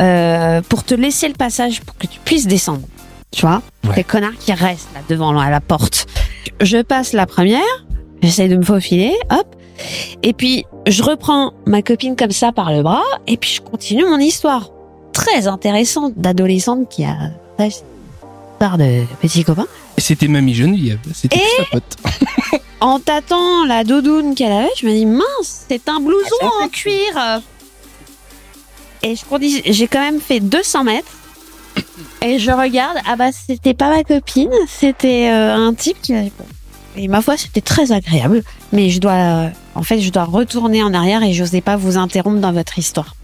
Speaker 3: euh, pour te laisser le passage pour que tu puisses descendre, tu vois,
Speaker 2: Ouais.
Speaker 3: ces connards qui restent là devant à la porte. Je passe la première, j'essaie de me faufiler, hop, et puis je reprends ma copine comme ça par le bras et puis je continue mon histoire très intéressante d'adolescente qui a part de petits copains.
Speaker 4: C'était Mamie Geneviève. C'était
Speaker 3: Et-
Speaker 4: sa pote.
Speaker 3: En tâtant la doudoune qu'elle avait, je me dis mince, c'est un blouson en cuir. Et je conduis- j'ai quand même fait 200 mètres. Et je regarde, ah bah c'était pas ma copine, c'était euh, un type qui avait- Et ma foi, c'était très agréable. Mais je dois, euh, en fait, je dois retourner en arrière et j'osais pas vous interrompre dans votre histoire.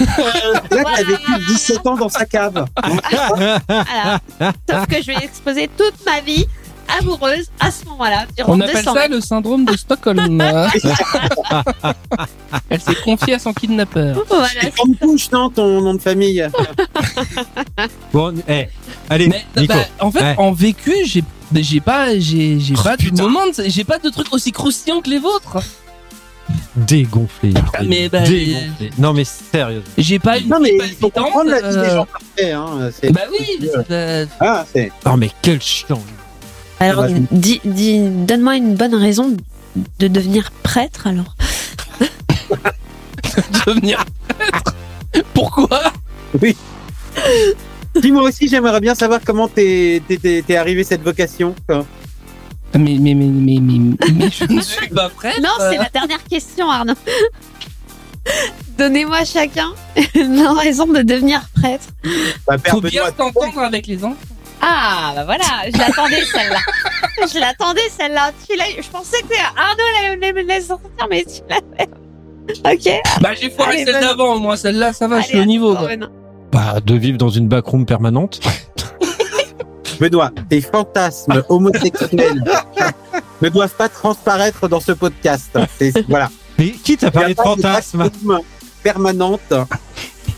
Speaker 1: Là, t'as vécu 17 ans dans sa
Speaker 4: Bah,
Speaker 1: cave.
Speaker 3: bah, Voilà. Sauf que je vais exposer toute ma vie amoureuse à ce moment-là. durant
Speaker 4: On appelle
Speaker 3: 200
Speaker 4: ça le syndrome de Stockholm. Elle s'est confiée à son kidnappeur.
Speaker 3: Voilà.
Speaker 1: Et comme couche, non, ton nom de famille.
Speaker 2: Bon, eh, allez,
Speaker 4: Mais, non,
Speaker 2: Nico.
Speaker 4: bah, en fait,
Speaker 2: Ouais.
Speaker 4: en vécu, j'ai mais j'ai pas j'ai j'ai
Speaker 2: Oh,
Speaker 4: pas de
Speaker 2: putain.
Speaker 4: moment de- j'ai pas de trucs aussi croustillants que les vôtres.
Speaker 2: Dégonflé.
Speaker 4: mais bah,
Speaker 2: Dégonflé. Non, mais sérieux.
Speaker 4: J'ai pas une
Speaker 1: Non, mais
Speaker 4: vie
Speaker 1: il faut
Speaker 4: palpitante,
Speaker 1: comprendre la vie des
Speaker 4: euh,
Speaker 1: gens parfaits. Hein. c'est-
Speaker 4: Bah oui, mais c'est pas-
Speaker 1: Ah, c'est.
Speaker 2: Non, mais quel chiant.
Speaker 3: Alors,
Speaker 1: Dommage.
Speaker 3: dis- dis- donne-moi une bonne raison de devenir prêtre alors.
Speaker 4: devenir prêtre. Pourquoi
Speaker 1: Dis moi aussi, j'aimerais bien savoir comment t'es t'es- t'es- t'es arrivé cette vocation. quoi.
Speaker 4: mais mais, mais, mais, mais, mais je ne suis pas prêtre. Euh,
Speaker 3: Non, c'est la dernière question, Arnaud. Donnez-moi chacun une bonne raison de devenir prêtre.
Speaker 1: Bah, Père
Speaker 4: Faut
Speaker 1: Benoît,
Speaker 4: bien t'entendre avec les enfants.
Speaker 3: Ah, bah voilà, je l'attendais celle-là. Je l'attendais celle-là. Tu l'as- Je pensais que Arnaud allait me- me laisser sortir, mais tu l'as fait. Ok.
Speaker 4: Bah j'ai foiré
Speaker 3: Allez,
Speaker 4: celle
Speaker 3: vas-y.
Speaker 4: d'avant, moi celle-là ça va, je suis
Speaker 3: Allez,
Speaker 4: au niveau.
Speaker 3: Arnaud,
Speaker 4: quoi.
Speaker 3: non.
Speaker 2: Bah, de vivre dans une backroom permanente.
Speaker 1: Benoît, tes fantasmes homosexuels ne doivent pas transparaître dans ce podcast. C'est- Voilà.
Speaker 2: Mais qui t'a parlé
Speaker 1: Il
Speaker 2: de
Speaker 1: y a pas de
Speaker 2: fantasme
Speaker 1: racisme permanente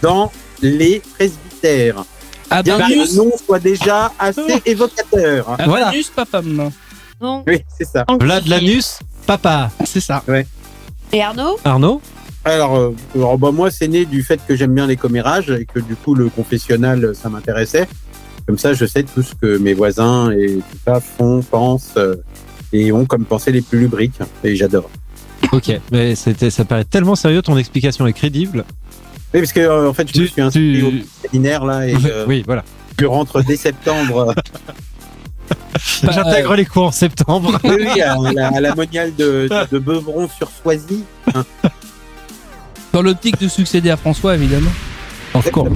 Speaker 1: dans les presbytères.
Speaker 4: Ah
Speaker 1: Bien
Speaker 4: bah,
Speaker 1: que le nom soit déjà assez évocateur.
Speaker 4: Ah,
Speaker 2: Voilà.
Speaker 4: Vanus papam.
Speaker 3: Bon.
Speaker 1: Oui, c'est ça.
Speaker 2: Vlad Lanus, papa.
Speaker 4: C'est ça.
Speaker 3: Et Arnaud
Speaker 2: Arnaud
Speaker 1: Alors, euh, alors, bah, moi, c'est né du fait que j'aime bien les commérages et que du coup, le confessionnal, euh, ça m'intéressait. Comme ça, je sais tout ce que mes voisins et tout ça font, pensent euh, et ont comme pensée les plus lubriques. Et j'adore.
Speaker 2: Ok, mais c'était, ça paraît tellement sérieux, ton explication est crédible.
Speaker 1: Oui, parce que, euh, en fait, je me
Speaker 2: Tu-
Speaker 1: suis inscrit
Speaker 2: tu-
Speaker 1: au séminaire, là, et euh,
Speaker 2: Oui, voilà.
Speaker 1: je rentre dès septembre euh,
Speaker 4: Bah,
Speaker 2: J'intègre les cours en septembre.
Speaker 1: Oui, oui, à, la, à la moniale de, de Beuvron-sur-Soisy.
Speaker 4: Dans l'optique de succéder à François évidemment.
Speaker 2: Of course.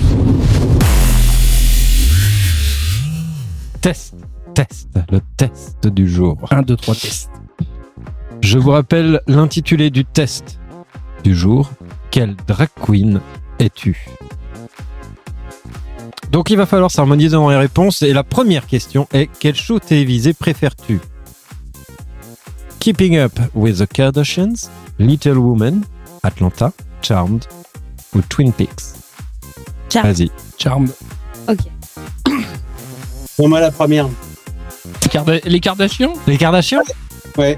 Speaker 2: Test, test, le test du jour.
Speaker 4: 1, 2, 3 tests.
Speaker 2: Je vous rappelle l'intitulé du test du jour. Quelle drag queen es-tu Donc il va falloir s'harmoniser dans les réponses. Et la première question est quel show télévisé préfères-tu Keeping Up with the Kardashians, Little Woman, Atlanta, Charmed ou Twin Peaks
Speaker 3: Charmed.
Speaker 2: Vas-y.
Speaker 4: Charme.
Speaker 1: Pour moi, la première.
Speaker 4: Les, Karda- les Kardashians
Speaker 2: Les Kardashians
Speaker 1: Ouais.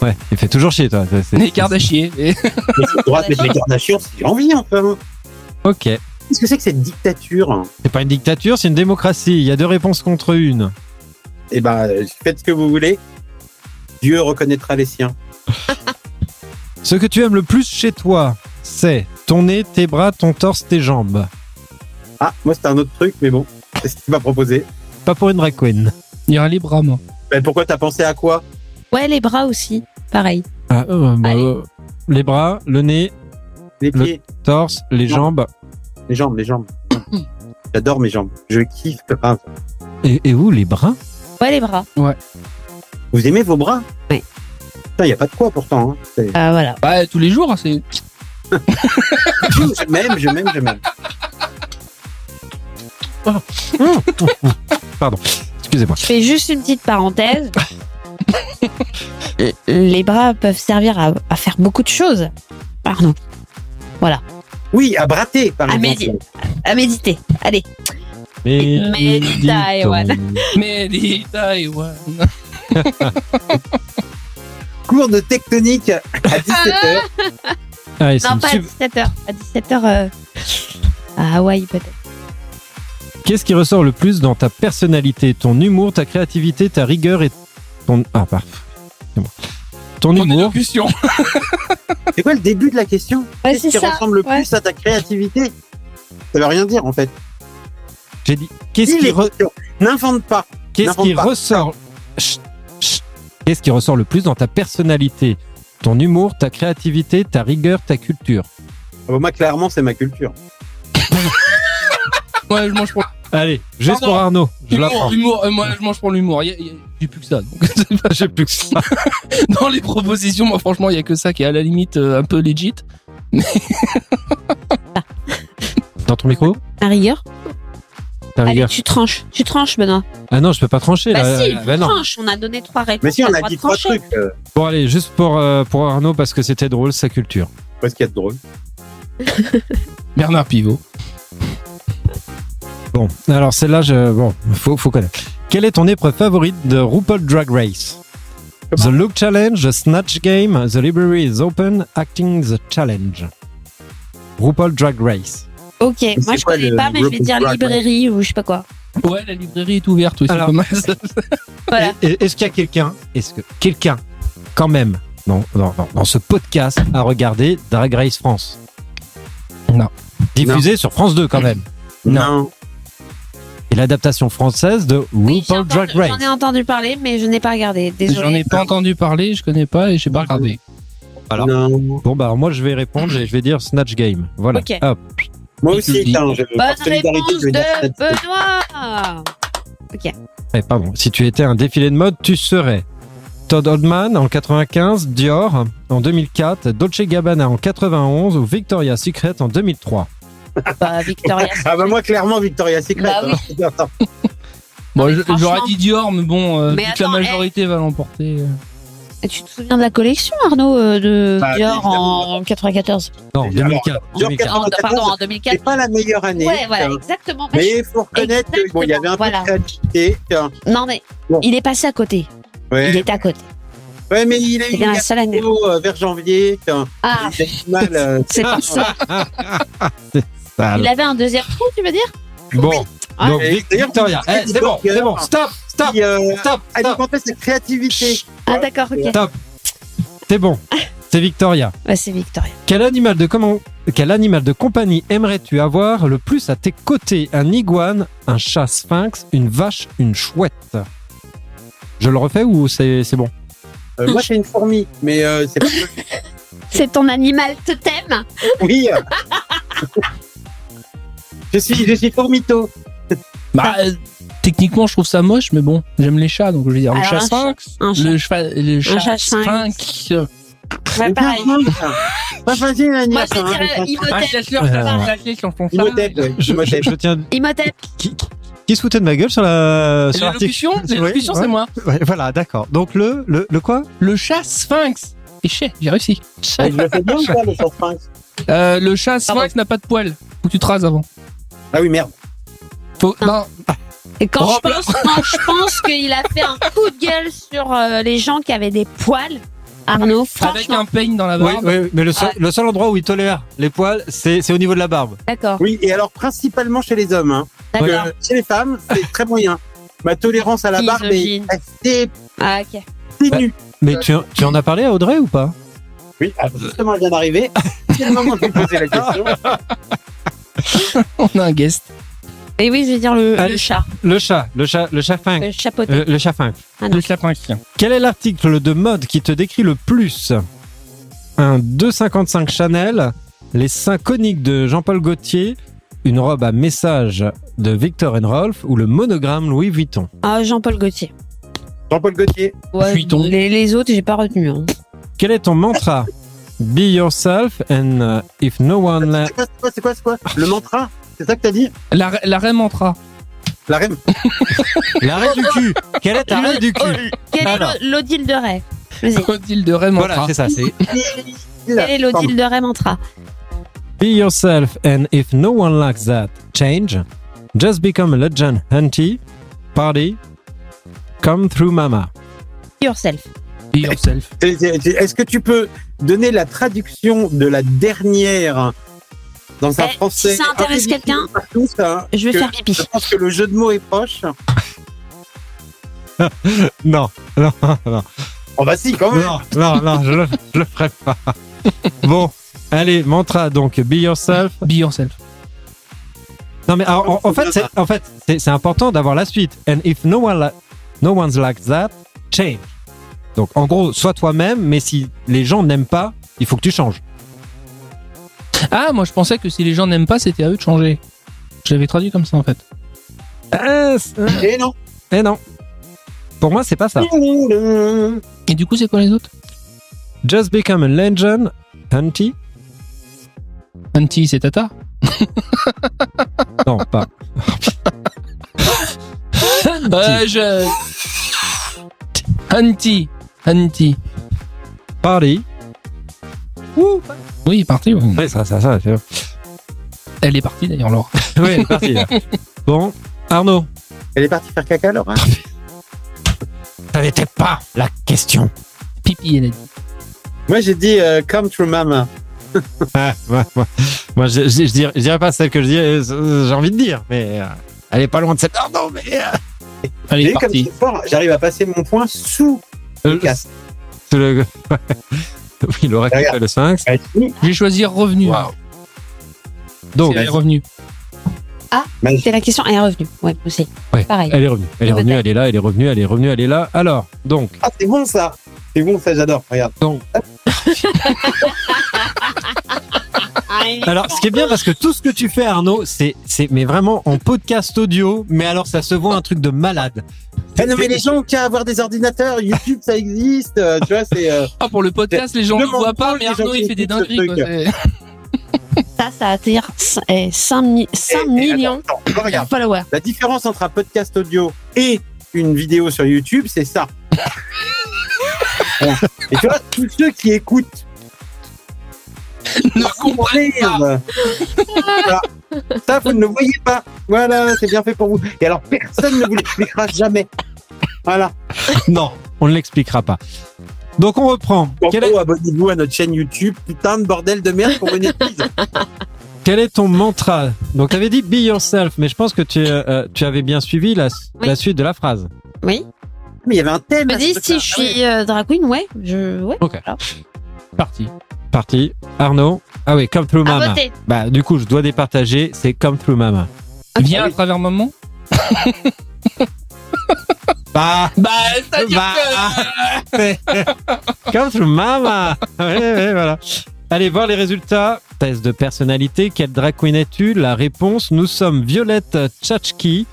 Speaker 2: Ouais, il fait toujours chier toi. C'est- c'est-
Speaker 4: Les Kardashians. Et-
Speaker 1: Mais c'est droite, mais les Kardashians, c'est envie un peu. hein.
Speaker 2: Ok.
Speaker 1: Qu'est-ce que c'est que cette dictature
Speaker 2: C'est pas une dictature, c'est une démocratie. Il y a deux réponses contre une.
Speaker 1: Eh ben, euh, faites ce que vous voulez. Dieu reconnaîtra les siens.
Speaker 2: Ce que tu aimes le plus chez toi, c'est ton nez, tes bras, ton torse, tes jambes.
Speaker 1: Ah, moi, c'était un autre truc, mais bon, c'est ce qu'il m'a proposé.
Speaker 2: Pas pour une drag queen.
Speaker 4: Il y aura les bras, moi.
Speaker 1: Ben, pourquoi t'as pensé à quoi
Speaker 3: Ouais, les bras aussi. Pareil.
Speaker 2: Ah, euh, bah,
Speaker 3: Allez.
Speaker 2: euh, les bras, le nez,
Speaker 1: Les
Speaker 2: Le-
Speaker 1: pieds,
Speaker 2: torse, les
Speaker 1: Non.
Speaker 2: jambes.
Speaker 1: les jambes, les jambes. J'adore mes jambes. Je kiffe. Ah,
Speaker 2: Et, et où les bras
Speaker 3: Ouais, les bras.
Speaker 1: vous aimez vos bras
Speaker 3: Oui.
Speaker 1: Il n'y a pas de quoi pourtant. hein. C'est-
Speaker 3: Ah, voilà.
Speaker 4: Bah, tous les jours, c'est.
Speaker 1: je m'aime, je m'aime, je m'aime.
Speaker 2: Excusez-moi.
Speaker 3: Je fais juste une petite parenthèse. Les bras peuvent servir à, à faire beaucoup de choses. Pardon.
Speaker 1: Oui, à brater, par
Speaker 3: À
Speaker 1: exemple.
Speaker 3: méditer. À méditer. Allez.
Speaker 2: Méditons.
Speaker 3: Taiwan.
Speaker 4: Mais les Taïwan.
Speaker 1: Cours de tectonique à 17h.
Speaker 2: Allez, Ah, c'est
Speaker 3: Non,
Speaker 2: une
Speaker 3: pas à
Speaker 2: sub-
Speaker 3: 17h. À 17h euh, à Hawaï, peut-être.
Speaker 2: Qu'est-ce qui ressort le plus dans ta personnalité, ton humour, ta créativité, ta rigueur et ton ah bah, c'est bon. Ton
Speaker 4: Mon
Speaker 2: humour,
Speaker 4: élocution.
Speaker 2: Ah.
Speaker 1: C'est quoi le début de la question
Speaker 3: Ouais,
Speaker 1: Qu'est-ce
Speaker 3: Bah, c'est
Speaker 1: qui
Speaker 3: ça.
Speaker 1: ressemble le
Speaker 3: ouais.
Speaker 1: plus à ta créativité Ça veut rien dire en fait.
Speaker 2: j'ai dit qu'est-ce
Speaker 1: Dis
Speaker 2: qui
Speaker 1: les
Speaker 2: re-
Speaker 1: questions. N'invente pas.
Speaker 2: Qu'est-ce qui
Speaker 1: N'invente pas.
Speaker 2: ressort Chut, chut. Qu'est-ce qui ressort le plus dans ta personnalité Ton humour, ta créativité, ta rigueur, ta culture.
Speaker 1: Ah bah, moi, clairement, c'est ma culture.
Speaker 4: Moi, je mange pour
Speaker 2: Allez, juste
Speaker 4: Pardon.
Speaker 2: pour Arnaud, je
Speaker 4: l'humour.
Speaker 2: l'apprends.
Speaker 4: humour. Euh, moi, je mange pour l'humour. Y a- y a- J'ai plus que ça. Donc, c'est pas-
Speaker 2: J'ai plus que ça.
Speaker 4: dans les propositions, moi, franchement, il y a que ça qui est à la limite euh, un peu legit.
Speaker 2: Dans ton micro
Speaker 3: La rigueur
Speaker 2: Ta
Speaker 3: Allez,
Speaker 2: rigueur.
Speaker 3: tu tranches. Tu tranches, Benoît.
Speaker 2: Ah non, je peux pas trancher
Speaker 3: Bah
Speaker 2: là.
Speaker 3: si,
Speaker 2: Bah non.
Speaker 3: tranche. On a donné trois réponses.
Speaker 1: Mais si,
Speaker 3: t'as
Speaker 1: on
Speaker 3: le
Speaker 1: a
Speaker 3: droit de
Speaker 1: dit trois
Speaker 3: trancher.
Speaker 1: trucs. euh,
Speaker 2: Bon allez, juste pour euh, pour Arnaud parce que c'était drôle sa culture.
Speaker 1: Qu'est-ce qu'il y a de drôle
Speaker 4: Bernard Pivot.
Speaker 2: Bon, alors celle-là, je... bon, faut, faut connaître. Quelle est ton épreuve favorite de RuPaul Drag Race The Look Challenge, The Snatch Game, The Library is Open, Acting the Challenge. RuPaul Drag Race.
Speaker 3: Ok, moi
Speaker 1: c'est
Speaker 3: je
Speaker 1: quoi
Speaker 3: connais
Speaker 1: le
Speaker 3: pas, mais je vais
Speaker 1: Broken
Speaker 3: dire
Speaker 1: Black,
Speaker 3: librairie ou je sais pas quoi.
Speaker 4: Ouais, la librairie est ouverte aussi.
Speaker 2: Alors-
Speaker 4: pas mal, ça.
Speaker 3: Voilà.
Speaker 2: Et- et- Est-ce qu'il y a quelqu'un, est-ce que quelqu'un, quand même, dans, dans, dans- dans ce podcast, a regardé Drag Race France
Speaker 4: Non.
Speaker 2: Diffusé sur France 2 quand même.
Speaker 1: Non.
Speaker 2: Et l'adaptation française de
Speaker 3: Oui,
Speaker 2: RuPaul
Speaker 3: j'ai entendu-
Speaker 2: Drag Race.
Speaker 3: J'en ai entendu parler, mais je n'ai pas regardé.
Speaker 4: J'en
Speaker 3: Désolé.
Speaker 4: ai pas entendu parler, je connais pas et j'ai pas regardé.
Speaker 2: Alors.
Speaker 1: Non.
Speaker 2: Bon, bah, alors, moi, je vais répondre et je vais dire Snatch Game. Voilà.
Speaker 3: Ok.
Speaker 2: Hop.
Speaker 1: Moi
Speaker 4: Et tu le
Speaker 1: aussi,
Speaker 4: dis.
Speaker 1: tiens, je,
Speaker 3: Bonne
Speaker 1: par solidarité,
Speaker 3: réponse
Speaker 1: je vais dire
Speaker 3: de
Speaker 1: ça.
Speaker 3: Benoît
Speaker 2: Eh, pardon, si tu étais un défilé de mode, tu serais Todd Oldman en 95, Dior en 2004, Dolce Gabbana en 91 ou Victoria's Secret en 2003.
Speaker 3: Bah, Victoria.
Speaker 1: Ah bah moi, clairement, Victoria's Secret.
Speaker 3: Bah oui.
Speaker 1: hein. Attends.
Speaker 4: Bon, je-
Speaker 3: franchement-
Speaker 4: j'aurais dit Dior, mais bon, euh,
Speaker 3: Mais
Speaker 4: toute
Speaker 3: attends, eh.
Speaker 4: la majorité va l'emporter. euh.
Speaker 3: Et tu te souviens de la collection, Arnaud, euh, de
Speaker 1: Bah,
Speaker 3: Dior
Speaker 1: évidemment.
Speaker 3: en 94
Speaker 2: Non,
Speaker 1: Dior.
Speaker 2: 2004.
Speaker 1: Dior
Speaker 2: 2004.
Speaker 3: Non,
Speaker 1: 94.
Speaker 3: Pardon, en
Speaker 1: C'est
Speaker 3: 2004.
Speaker 1: pas la meilleure année.
Speaker 3: Ouais, voilà,
Speaker 1: tiens.
Speaker 3: exactement. Mais
Speaker 1: Mais il faut reconnaître qu'il bon, il y avait un
Speaker 3: Exactement,
Speaker 1: peu de créativité. tiens.
Speaker 3: je- Non, mais
Speaker 1: Bon.
Speaker 3: il est passé à côté. Il
Speaker 1: Ouais.
Speaker 3: est à côté.
Speaker 1: ouais, mais il est euh,
Speaker 3: C'est Eh bien la seule année.
Speaker 1: vers janvier. tiens.
Speaker 3: Ah,
Speaker 1: Il a du mal, euh,
Speaker 3: c'est pour ça. Il avait un deuxième trou, tu veux dire
Speaker 2: Bon,
Speaker 3: Ah.
Speaker 2: donc
Speaker 1: Et
Speaker 2: Vic-
Speaker 1: d'ailleurs,
Speaker 2: Victoria.
Speaker 1: vous
Speaker 2: Eh, c'est bon,
Speaker 1: dites
Speaker 2: c'est bon.
Speaker 1: Dior.
Speaker 2: Stop, stop,
Speaker 1: qui, euh,
Speaker 2: stop, stop.
Speaker 1: alimentait sa créativité.
Speaker 2: Chut,
Speaker 3: Ah, d'accord, ok.
Speaker 2: Stop. C'est bon. C'est Victoria.
Speaker 3: Bah, c'est Victoria.
Speaker 2: Quel animal de comment quel animal de compagnie aimerais-tu avoir le plus à tes côtés Un iguane, un chat sphinx, une vache, une chouette Je le refais ou c'est c'est bon
Speaker 1: Euh, moi, j'ai une fourmi, mais euh, c'est pas
Speaker 3: C'est ton animal totem
Speaker 1: oui. euh. je suis, je suis fourmito.
Speaker 4: Bah,
Speaker 3: Ah.
Speaker 4: euh, techniquement, je trouve ça moche, mais bon, j'aime les chats, donc je vais dire le
Speaker 3: Alors,
Speaker 4: chat
Speaker 3: un
Speaker 4: sphinx,
Speaker 3: un chat.
Speaker 4: le, cheval- le chat,
Speaker 3: chat sphinx.
Speaker 4: sphinx, euh,
Speaker 3: Ouais, pareil.
Speaker 1: Pas facile, la
Speaker 3: Moi,
Speaker 1: nuance,
Speaker 3: je vais
Speaker 1: hein,
Speaker 3: dire euh,
Speaker 1: franchement.
Speaker 4: un
Speaker 3: Imhotep.
Speaker 4: chasseur,
Speaker 2: Ouais,
Speaker 4: un
Speaker 2: ouais.
Speaker 4: chasseur sur son chat.
Speaker 1: Imhotep, ouais,
Speaker 2: je, je-
Speaker 1: Imhotep.
Speaker 2: je tiens.
Speaker 3: Imhotep.
Speaker 2: Qui, qui- qui se foutait de ma gueule sur la.
Speaker 4: Et
Speaker 2: sur l'article
Speaker 4: L'élocution, l'élocution,
Speaker 2: Ouais,
Speaker 4: c'est moi.
Speaker 2: ouais, voilà, d'accord. Donc le, le, le quoi
Speaker 4: Le chat sphinx. Et chais, j'ai réussi.
Speaker 1: Ouais, Je le fais bien ou pas, le chat sphinx
Speaker 4: Euh, le chat
Speaker 3: Pardon.
Speaker 4: sphinx n'a pas de poils. Faut que tu te rases avant.
Speaker 1: Ah oui, merde.
Speaker 4: Faut, non,
Speaker 3: Et quand je
Speaker 4: Remplace-
Speaker 3: pense, quand je pense qu'il a fait un coup de gueule sur euh, les gens qui avaient des poils, Arnaud,
Speaker 4: avec
Speaker 3: franchement,
Speaker 4: un peigne dans la
Speaker 2: Oui,
Speaker 4: barbe.
Speaker 2: oui, oui, mais le seul,
Speaker 3: Ah.
Speaker 2: le seul endroit où il tolère les poils, c'est c'est au niveau de la barbe.
Speaker 3: d'accord,
Speaker 1: Oui, et alors principalement chez les hommes. Hein,
Speaker 3: d'accord.
Speaker 1: Que chez les femmes, c'est très moyen. Ma tolérance à la barbe est
Speaker 3: Misogyne.
Speaker 1: assez
Speaker 3: Ah, ok.
Speaker 1: ténue.
Speaker 2: Mais tu, en- tu en as parlé à Audrey ou pas
Speaker 1: Oui, ah, justement, elle vient d'arriver. C'est le moment de lui poser la question.
Speaker 4: On a un guest.
Speaker 3: Et oui, je vais dire le,
Speaker 2: Allez.
Speaker 3: le chat,
Speaker 2: Le chat, le chat, le chat fin.
Speaker 3: le chapeauté.
Speaker 2: Euh, le chat fin.
Speaker 3: Ah non.
Speaker 4: Le chat sphinx.
Speaker 2: Quel est l'article de mode qui te décrit le plus Un 2,55 Chanel, les seins coniques de Jean-Paul Gaultier, une robe à message de Victor Rolf ou le monogramme Louis Vuitton
Speaker 3: Ah, Jean-Paul Gaultier.
Speaker 1: Jean-Paul Gaultier.
Speaker 3: Ouais,
Speaker 4: Fuitons.
Speaker 3: les, les autres, j'ai pas retenu. hein.
Speaker 2: Quel est ton mantra Be yourself and uh, if no one... la-
Speaker 1: C'est quoi, c'est quoi, c'est quoi, c'est quoi Le mantra C'est ça que t'as dit
Speaker 4: La, la reine mantra.
Speaker 1: La reine
Speaker 2: La reine du cul Quelle est ta reine du cul
Speaker 3: Quel
Speaker 2: Alors.
Speaker 3: est l'Odile de Ray Vas-y.
Speaker 4: Odile de reine mantra.
Speaker 2: Voilà, c'est ça, c'est...
Speaker 3: Quel est l'Odile de Ray Mantra
Speaker 2: Be yourself and if no one likes that, change. Just Become a Legend, Hunty, Party, Come Through Mama.
Speaker 3: Yourself.
Speaker 4: Be yourself.
Speaker 1: Et- et- Est-ce que tu peux donner la traduction de la dernière dans un
Speaker 3: Eh,
Speaker 1: français
Speaker 3: si ça intéresse
Speaker 1: un peu
Speaker 3: quelqu'un,
Speaker 1: difficile partout, ça,
Speaker 3: Je vais
Speaker 1: que-
Speaker 3: faire pipi.
Speaker 1: Je pense que le jeu de mots est proche.
Speaker 2: Non, non, non,
Speaker 1: Oh bah si, quand même.
Speaker 2: non, non, non, je le, je le ferai pas. Bon, allez, mantra donc, Be Yourself.
Speaker 4: Be yourself.
Speaker 2: Non mais alors, en, en fait, c'est, en fait, c'est, c'est important d'avoir la suite. And if no one li- no one's like that, change. Donc en gros, sois toi-même, mais si les gens n'aiment pas, il faut que tu changes.
Speaker 4: Ah, moi je pensais que si les gens n'aiment pas, c'était à eux de changer. Je l'avais traduit comme ça en fait.
Speaker 2: Ah, c'est-
Speaker 1: Et non.
Speaker 2: eh non. Pour moi, c'est pas ça.
Speaker 4: Et du coup, c'est quoi les autres
Speaker 2: Just become a legend, hunty.
Speaker 4: Anti, c'est Tata.
Speaker 2: Non, pas.
Speaker 4: Euh, je. Anti. Anti.
Speaker 2: Party. Ouh.
Speaker 4: Oui, parti. ouais.
Speaker 2: Ouais, ça, ça, ça. c'est-
Speaker 4: Elle est partie d'ailleurs, Laure.
Speaker 2: Ouais, c'est parti. là. Bon, Arnaud.
Speaker 1: Elle est partie faire caca, Laura.
Speaker 2: Ça n'était pas la question.
Speaker 4: Pipi, elle a dit.
Speaker 1: Moi j'ai dit euh, Come True Mama.
Speaker 2: Ouais, Ah, ouais, ouais. Moi, je, je- je dirais, je dirais pas celle que je dis, euh, j'ai envie de dire, mais euh, elle est pas loin de cette. Oh non, mais. euh,
Speaker 4: Elle
Speaker 1: Et
Speaker 4: est
Speaker 1: comme
Speaker 4: partie.
Speaker 1: c'est fort, j'arrive à passer mon point sous le casque.
Speaker 2: c'est le- oui, le aurait
Speaker 1: Regarde.
Speaker 2: le sphinx.
Speaker 4: Je vais choisir revenu.
Speaker 2: Waouh.
Speaker 4: Donc,
Speaker 2: Donc,
Speaker 4: elle est revenue.
Speaker 3: C'est la question. Elle est revenue. Ouais, aussi.
Speaker 2: Ouais.
Speaker 3: Pareil.
Speaker 2: elle est revenue. Elle est revenue, elle est là, elle est revenue, elle est revenue, elle est là. Alors, donc,
Speaker 1: Ah c'est bon ça. C'est bon ça, j'adore. Regarde.
Speaker 2: alors, ce qui est bien parce que tout ce que tu fais, Arnaud, c'est, c'est, mais vraiment en podcast audio, mais alors ça se voit un truc de malade.
Speaker 1: Ah non mais les gens qui ont à avoir des ordinateurs, YouTube ça existe. euh, tu vois c'est. euh,
Speaker 4: Ah, pour le podcast, les gens
Speaker 1: Je
Speaker 4: ne
Speaker 1: m'en
Speaker 4: voient pas,
Speaker 1: branle,
Speaker 4: mais
Speaker 1: les gens
Speaker 4: Arnaud, il
Speaker 1: qui
Speaker 4: fait des
Speaker 1: écoutent ce
Speaker 4: dingueries. quoi.
Speaker 1: truc.
Speaker 4: C'est-
Speaker 3: Ça, ça attire eh, 5,
Speaker 1: et- et
Speaker 3: millions
Speaker 1: Eh, attends, attends,
Speaker 3: de
Speaker 1: regarde.
Speaker 3: followers.
Speaker 1: La différence entre un podcast audio et une vidéo sur YouTube, c'est ça. Voilà. Et tu vois, tous ceux qui écoutent
Speaker 4: Ne
Speaker 1: par
Speaker 4: comprennent pas.
Speaker 1: merde. Voilà. Ça, vous ne le voyez pas. Voilà, c'est bien fait pour vous. Et alors, personne ne vous l'expliquera jamais. Voilà.
Speaker 2: Non, on ne l'expliquera pas. Donc, on reprend.
Speaker 1: En
Speaker 2: Quel est,
Speaker 1: gros, oh, abonnez-vous à notre chaîne YouTube. Putain de bordel de merde pour une épisode.
Speaker 2: Quel est ton mantra Donc, tu avais dit be yourself, mais je pense que tu, euh, tu avais bien suivi la,
Speaker 3: Oui.
Speaker 2: la suite de la phrase.
Speaker 3: Oui.
Speaker 1: Mais il y avait un thème.
Speaker 3: Je
Speaker 1: à
Speaker 3: me dis,
Speaker 1: ce
Speaker 3: si je
Speaker 1: ah
Speaker 3: suis euh, drag queen, ouais. Je, ouais.
Speaker 2: Ok.
Speaker 3: voilà.
Speaker 4: Parti.
Speaker 2: Parti. Arnaud. Ah oui, come through
Speaker 3: À
Speaker 2: mama.
Speaker 3: voter.
Speaker 2: Bah, du coup, je dois départager. C'est come through mama.
Speaker 4: Viens à travers maman.
Speaker 2: Bah,
Speaker 4: Bah, c'est-à-dire
Speaker 2: bah.
Speaker 4: que-
Speaker 2: come through mama. Ouais, ouais, voilà. Allez voir les résultats. Test de personnalité. Quelle drag queen es-tu La réponse nous sommes Violette Tchatchki.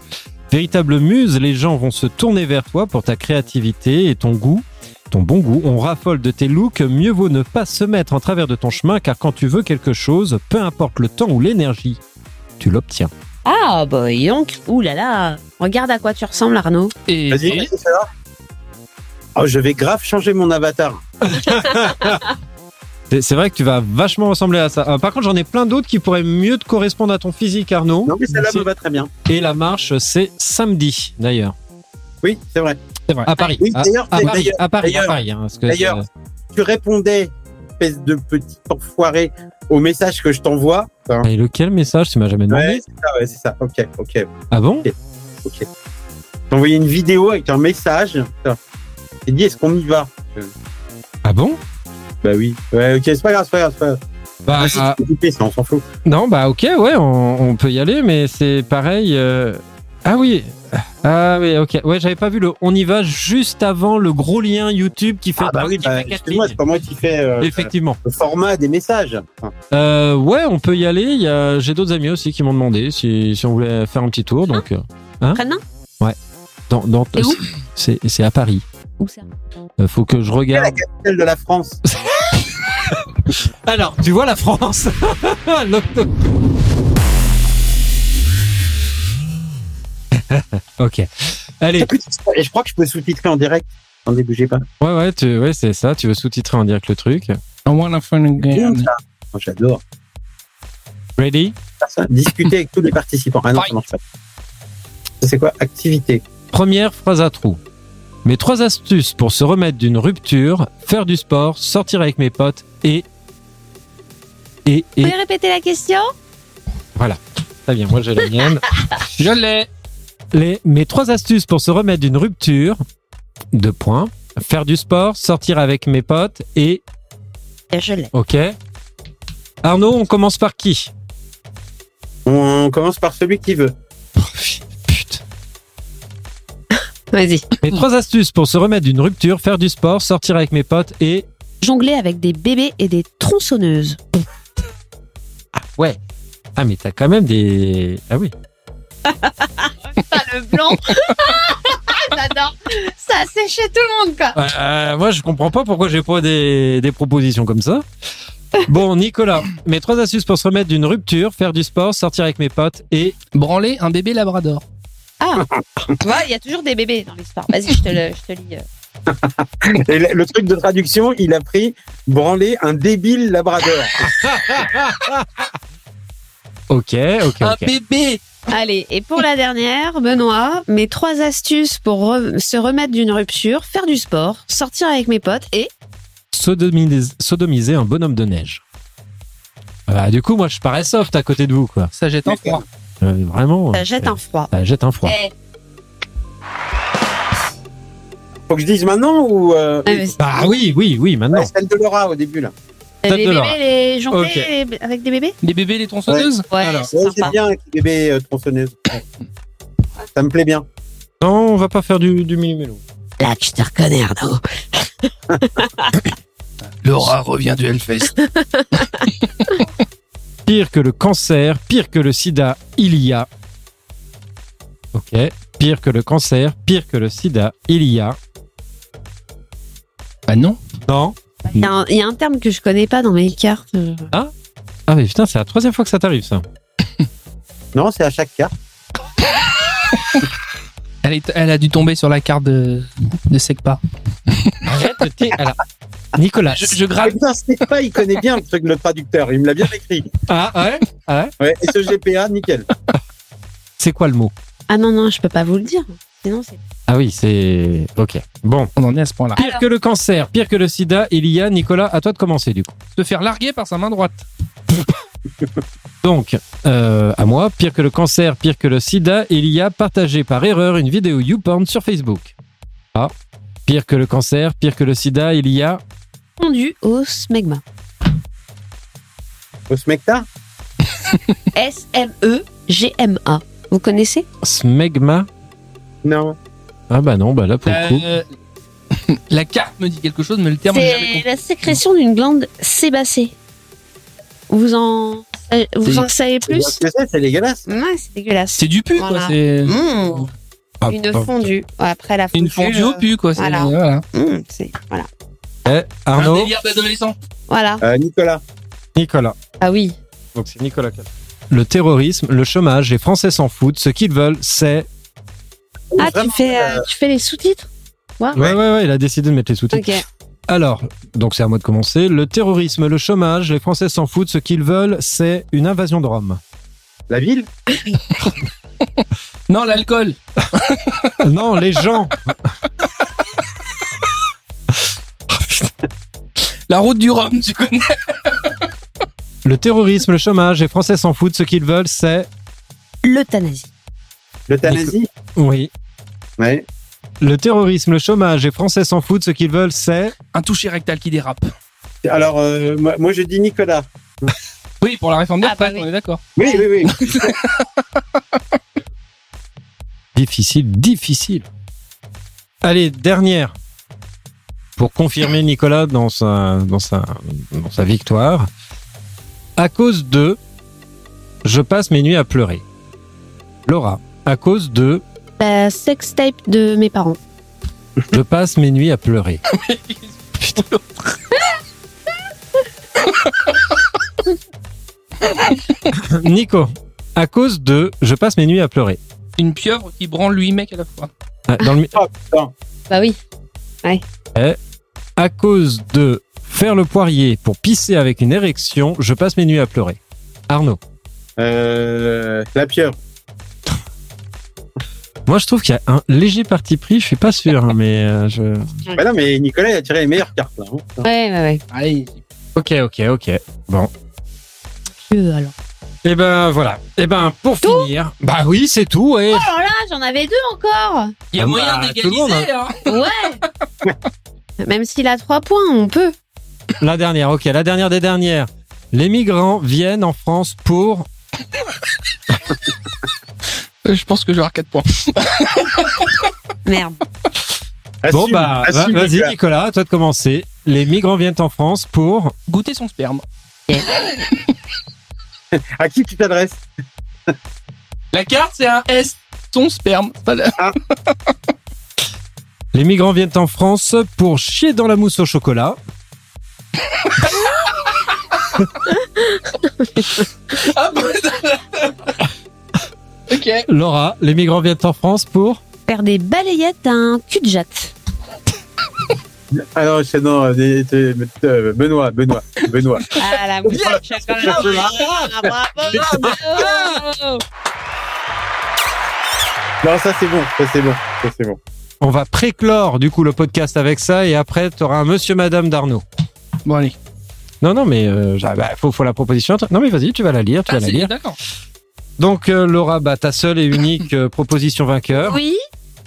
Speaker 2: Véritable muse, les gens vont se tourner vers toi pour ta créativité et ton goût. Ton bon goût, on raffole de tes looks, mieux vaut ne pas se mettre en travers de ton chemin car quand tu veux quelque chose, peu importe le temps ou l'énergie, tu l'obtiens.
Speaker 3: Ah, bah, et donc. Ouh là là. Regarde à quoi tu ressembles, Arnaud.
Speaker 1: Hein
Speaker 4: Et
Speaker 1: Vas-y,
Speaker 4: et-
Speaker 1: vas-y, ça va. Oh, je vais grave changer mon avatar.
Speaker 2: C'est c'est vrai que tu vas vachement ressembler à ça. Euh, par contre, j'en ai plein d'autres qui pourraient mieux te correspondre à ton physique, Arnaud.
Speaker 1: Non, mais celle-là
Speaker 2: C'est-
Speaker 1: me va très bien.
Speaker 2: Et la marche, c'est samedi, d'ailleurs.
Speaker 1: Oui, c'est vrai.
Speaker 4: c'est vrai.
Speaker 2: À Paris.
Speaker 1: Oui,
Speaker 2: à,
Speaker 1: d'ailleurs,
Speaker 2: à
Speaker 1: c'est-
Speaker 2: Paris,
Speaker 1: d'ailleurs,
Speaker 2: à Paris, à
Speaker 1: d'ailleurs,
Speaker 2: Paris, hein, parce que-
Speaker 1: d'ailleurs. tu répondais, espèce de petit enfoiré, au message que je t'envoie. Enfin,
Speaker 2: Et lequel message Tu m'as jamais demandé.
Speaker 1: ouais, c'est ça, ouais, c'est ça. Ok, ok,
Speaker 2: Ah bon
Speaker 1: ok. T'as envoyé une vidéo avec un message. Enfin, J'ai dit, est-ce qu'on y va
Speaker 2: Ah bon
Speaker 1: Bah oui. Ouais, ok, c'est pas grave, c'est pas grave. C'est pas grave.
Speaker 2: Bah,
Speaker 1: Ah, si,
Speaker 2: ah,
Speaker 1: tu peux couper, ça, on s'en fout.
Speaker 2: Non, bah ok, ouais, on, on peut y aller, mais c'est pareil. euh, Ah oui, ah oui, ok. Ouais, j'avais pas vu le. On y va juste avant le gros lien YouTube qui fait.
Speaker 1: Ah bah oui,
Speaker 2: qui
Speaker 1: bah,
Speaker 2: fait quatre
Speaker 1: excuse-moi,
Speaker 2: lignes.
Speaker 1: c'est pas moi qui fais euh,
Speaker 2: Effectivement.
Speaker 1: le format des messages. Enfin,
Speaker 2: Euh, ouais, on peut y aller. il y a- J'ai d'autres amis aussi qui m'ont demandé si, si on voulait faire un petit tour. Donc, euh,
Speaker 3: Prénom
Speaker 2: dans, dans-
Speaker 3: C'est où
Speaker 2: c'est c'est à Paris.
Speaker 3: Où ça
Speaker 2: Euh, faut que je regarde.
Speaker 1: celle de la France.
Speaker 2: Alors, tu vois la France L'octo- Ok. Allez,
Speaker 1: Et je crois que je peux sous-titrer en direct. Attendez, bougez pas.
Speaker 2: ouais, ouais, tu- ouais c'est ça. Tu veux sous-titrer en direct le truc.
Speaker 4: I wanna fun again.
Speaker 1: Ça. Moi, J'adore.
Speaker 2: Ready
Speaker 1: Faire ça. Discuter avec tous les participants. Ah non, ça marche pas. Ça, C'est quoi Activité.
Speaker 2: Première phrase à trous. Mes trois astuces pour se remettre d'une rupture, faire du sport, sortir avec mes potes et... Et...
Speaker 3: Vous
Speaker 2: Et...
Speaker 3: pouvez répéter la question
Speaker 2: Très bien, moi j'ai la mienne. Je l'ai. Les, mes trois astuces pour se remettre d'une rupture. Deux points. Faire du sport, sortir avec mes potes et...
Speaker 3: Je l'ai.
Speaker 2: Ok. Arnaud, on commence par qui
Speaker 1: On commence par celui qui veut.
Speaker 2: Oh, Putain.
Speaker 3: Vas-y.
Speaker 2: Mes trois astuces pour se remettre d'une rupture, faire du sport, sortir avec mes potes et...
Speaker 3: Jongler avec des bébés et des tronçonneuses.
Speaker 2: Ouais. Ah mais t'as quand même des... Ah oui.
Speaker 3: Putain, le blanc J'adore Ça a séché tout le monde, quoi
Speaker 2: Euh, euh, moi, je comprends pas pourquoi j'ai pas des, des propositions comme ça. Bon, Nicolas, mes trois astuces pour se remettre d'une rupture, faire du sport, sortir avec mes potes et
Speaker 4: Branler un bébé labrador.
Speaker 3: Tu vois, il y a toujours des bébés dans l'histoire. Vas-y, je te le je te lis. euh.
Speaker 1: Et le, le truc de traduction, il a pris branler un débile labrador.
Speaker 2: ok, ok,
Speaker 4: Un
Speaker 2: ok.
Speaker 4: bébé
Speaker 3: Allez, et pour la dernière, Benoît, mes trois astuces pour re- se remettre d'une rupture, faire du sport, sortir avec mes potes et...
Speaker 2: Sodomiser, sodomiser un bonhomme de neige. Bah, du coup, moi, je parais soft à côté de vous, quoi.
Speaker 4: Ça jette en froid.
Speaker 2: Euh, vraiment.
Speaker 3: Ça jette
Speaker 2: euh,
Speaker 3: un froid.
Speaker 2: ça jette un froid.
Speaker 3: Eh,
Speaker 1: Faut que je dise maintenant ou euh,
Speaker 3: ah, mais-
Speaker 2: Bah oui, oui, oui, maintenant.
Speaker 1: ouais, celle de Laura au début là.
Speaker 2: Tête
Speaker 3: les
Speaker 2: de
Speaker 3: bébés,
Speaker 2: Laura.
Speaker 3: les jongler
Speaker 2: Ok.
Speaker 3: les- avec des bébés
Speaker 4: Les bébés, les tronçonneuses
Speaker 3: Ouais,
Speaker 4: Alors,
Speaker 3: c'est
Speaker 1: Ouais,
Speaker 3: sympa.
Speaker 1: c'est bien avec les bébés euh, tronçonneuses. Ouais. Ça me plaît bien.
Speaker 2: Non, on va pas faire du, du millimélo.
Speaker 3: Là, tu te reconnais, Arnaud.
Speaker 4: Laura revient du Hellfest.
Speaker 2: Pire que le cancer, pire que le sida, il y a. Ok. Pire que le cancer, pire que le sida, il y a.
Speaker 4: Bah non.
Speaker 2: Non.
Speaker 3: Il y, a un- il y a un terme que je connais pas dans mes cartes. euh.
Speaker 2: Ah mais putain, c'est la troisième fois que ça t'arrive ça.
Speaker 1: Non, c'est à chaque carte.
Speaker 4: Elle, est- elle a dû tomber sur la carte de, de Secpa.
Speaker 2: Arrête de t'é- Alors, Nicolas.
Speaker 4: Je, je
Speaker 1: Ah
Speaker 4: grave.
Speaker 1: putain, c'est pas, il connaît bien le truc, le traducteur. Il me l'a bien écrit.
Speaker 2: Ah ouais
Speaker 1: Ouais, et ce GPA, nickel.
Speaker 2: C'est quoi le mot
Speaker 3: Ah non, non, je peux pas vous le dire. Sinon, c'est...
Speaker 2: Ah oui, c'est... Ok. Bon.
Speaker 4: On en est à ce point-là.
Speaker 2: Pire que le cancer, pire que le sida, il y a, Nicolas, à toi de commencer du coup.
Speaker 4: Se faire larguer par sa main droite.
Speaker 2: Donc, euh, à moi, pire que le cancer, pire que le sida, il y a partagé par erreur une vidéo YouPorn sur Facebook. Ah. Pire que le cancer, pire que le sida, il y a...
Speaker 3: Fondu au smegma.
Speaker 1: Au smecta
Speaker 3: E S-M-E-G-M-A. Vous connaissez
Speaker 2: Smegma
Speaker 1: Non.
Speaker 2: Ah bah non, bah là pour le coup...
Speaker 4: Euh, la carte me dit quelque chose, mais le terme, j'ai jamais
Speaker 3: C'est
Speaker 4: compris.
Speaker 3: la sécrétion d'une glande sébacée. Vous en, vous en savez
Speaker 1: Tu vois
Speaker 3: plus
Speaker 1: Eh ce que c'est C'est dégueulasse.
Speaker 3: Ouais, c'est dégueulasse.
Speaker 4: C'est du pu,
Speaker 3: Voilà.
Speaker 4: quoi. C'est
Speaker 3: Mmh,
Speaker 2: Ah,
Speaker 3: une
Speaker 2: bah,
Speaker 3: fondue. Après la fondue.
Speaker 4: une fondue au pu, quoi. C'est
Speaker 3: euh, voilà.
Speaker 4: voilà.
Speaker 3: euh, mmh, c'est- voilà.
Speaker 2: eh,
Speaker 4: Un
Speaker 2: Arnaud,
Speaker 4: délire d'adolescent.
Speaker 3: Voilà.
Speaker 1: Euh, Nicolas.
Speaker 2: Nicolas.
Speaker 3: Ah oui.
Speaker 2: Donc c'est Nicolas Le terrorisme, le chômage, les Français s'en foutent. Ce qu'ils veulent, c'est.
Speaker 3: Ah, tu
Speaker 1: Vraiment,
Speaker 3: fais, euh,
Speaker 1: euh,
Speaker 3: tu fais les sous-titres
Speaker 2: Ah Ouais, ouais, ouais, il a décidé de mettre les sous-titres.
Speaker 3: Ok.
Speaker 2: Alors, donc c'est à moi de commencer. Le terrorisme, le chômage, les Français s'en foutent. Ce qu'ils veulent, c'est une invasion de Rome.
Speaker 1: La ville
Speaker 4: Non, l'alcool.
Speaker 2: non, les gens.
Speaker 4: La route du Rhum, tu connais.
Speaker 2: Le terrorisme, le chômage, les Français s'en foutent. Ce qu'ils veulent, c'est.
Speaker 3: L'euthanasie.
Speaker 1: L'euthanasie
Speaker 2: Oui.
Speaker 1: Ouais.
Speaker 2: Le terrorisme, le chômage, les Français s'en foutent. Ce qu'ils veulent, c'est.
Speaker 4: Un toucher rectal qui dérape.
Speaker 1: Alors, euh, moi, moi, je dis Nicolas.
Speaker 4: Oui, pour la réforme des
Speaker 3: Ah, bah
Speaker 4: retraites,
Speaker 3: oui.
Speaker 4: on est d'accord.
Speaker 1: Oui, oui, oui.
Speaker 2: Difficile, difficile. Allez, dernière. Pour confirmer Nicolas dans sa, dans sa, dans sa victoire. À cause de. Je passe mes nuits à pleurer. Laura. À cause de.
Speaker 3: La sex tape de mes parents.
Speaker 2: Je passe mes nuits à pleurer. Nico. À cause de. Je passe mes nuits à pleurer.
Speaker 4: Une pieuvre qui branle lui mec à la fois.
Speaker 2: Ah, Dans le, mi-
Speaker 3: Bah oui.
Speaker 2: à cause de faire le poirier pour pisser avec une érection, je passe mes nuits à pleurer. Arnaud.
Speaker 1: Euh, la pieuvre.
Speaker 2: Moi, je trouve qu'il y a un léger parti pris. Je suis pas sûr, hein, mais euh, je.
Speaker 1: Bah non, mais Nicolas il a tiré les meilleures cartes là. hein.
Speaker 3: Ouais, ouais,
Speaker 4: Allez,
Speaker 2: Ok, ok, ok. Bon.
Speaker 3: ouais. alors.
Speaker 2: Et ben voilà. Et ben pour
Speaker 3: Tout
Speaker 2: finir. Bah oui, c'est tout. Et
Speaker 3: Oh là là, j'en avais deux encore
Speaker 4: il y a
Speaker 2: Ah
Speaker 4: moyen
Speaker 2: bah, tout le monde,
Speaker 4: d'égaliser. Hein.
Speaker 3: Ouais Même s'il a trois points, on peut.
Speaker 2: la dernière. Ok, la dernière des dernières. Les migrants viennent en France pour.
Speaker 4: Euh, Je pense que je vais avoir 4 points.
Speaker 3: Merde.
Speaker 1: Assume,
Speaker 2: Bon bah va-
Speaker 1: assume,
Speaker 2: vas-y
Speaker 1: Nicolas.
Speaker 2: Nicolas, à toi de commencer. Les migrants viennent en France pour.
Speaker 4: Goûter son sperme.
Speaker 1: À qui tu t'adresses
Speaker 4: La carte, c'est un S. Son sperme. Pas la-
Speaker 2: Les migrants viennent en France pour chier dans la mousse au chocolat.
Speaker 4: Ah, bon, Ok.
Speaker 2: Laura, les migrants viennent en France pour.
Speaker 3: Faire des balayettes à un cul de jatte.
Speaker 1: Alors c'est non, euh, des- des- euh, Benoît, Benoît, Benoît.
Speaker 3: Ah la Bravo
Speaker 1: Non ça c'est bon, ça c'est bon, ça c'est bon.
Speaker 2: On va préclore du coup le podcast avec ça et après tu auras un monsieur madame d'Arnaud.
Speaker 4: Bon, allez.
Speaker 2: Non non mais euh, j'a- bah, faut faut la proposition. Non mais vas-y, tu vas la lire, tu
Speaker 4: Ah,
Speaker 2: vas la
Speaker 4: c'est-
Speaker 2: lire.
Speaker 4: D'accord.
Speaker 2: Donc euh, Laura, bah, ta seule et unique euh, proposition vainqueur.
Speaker 3: Oui,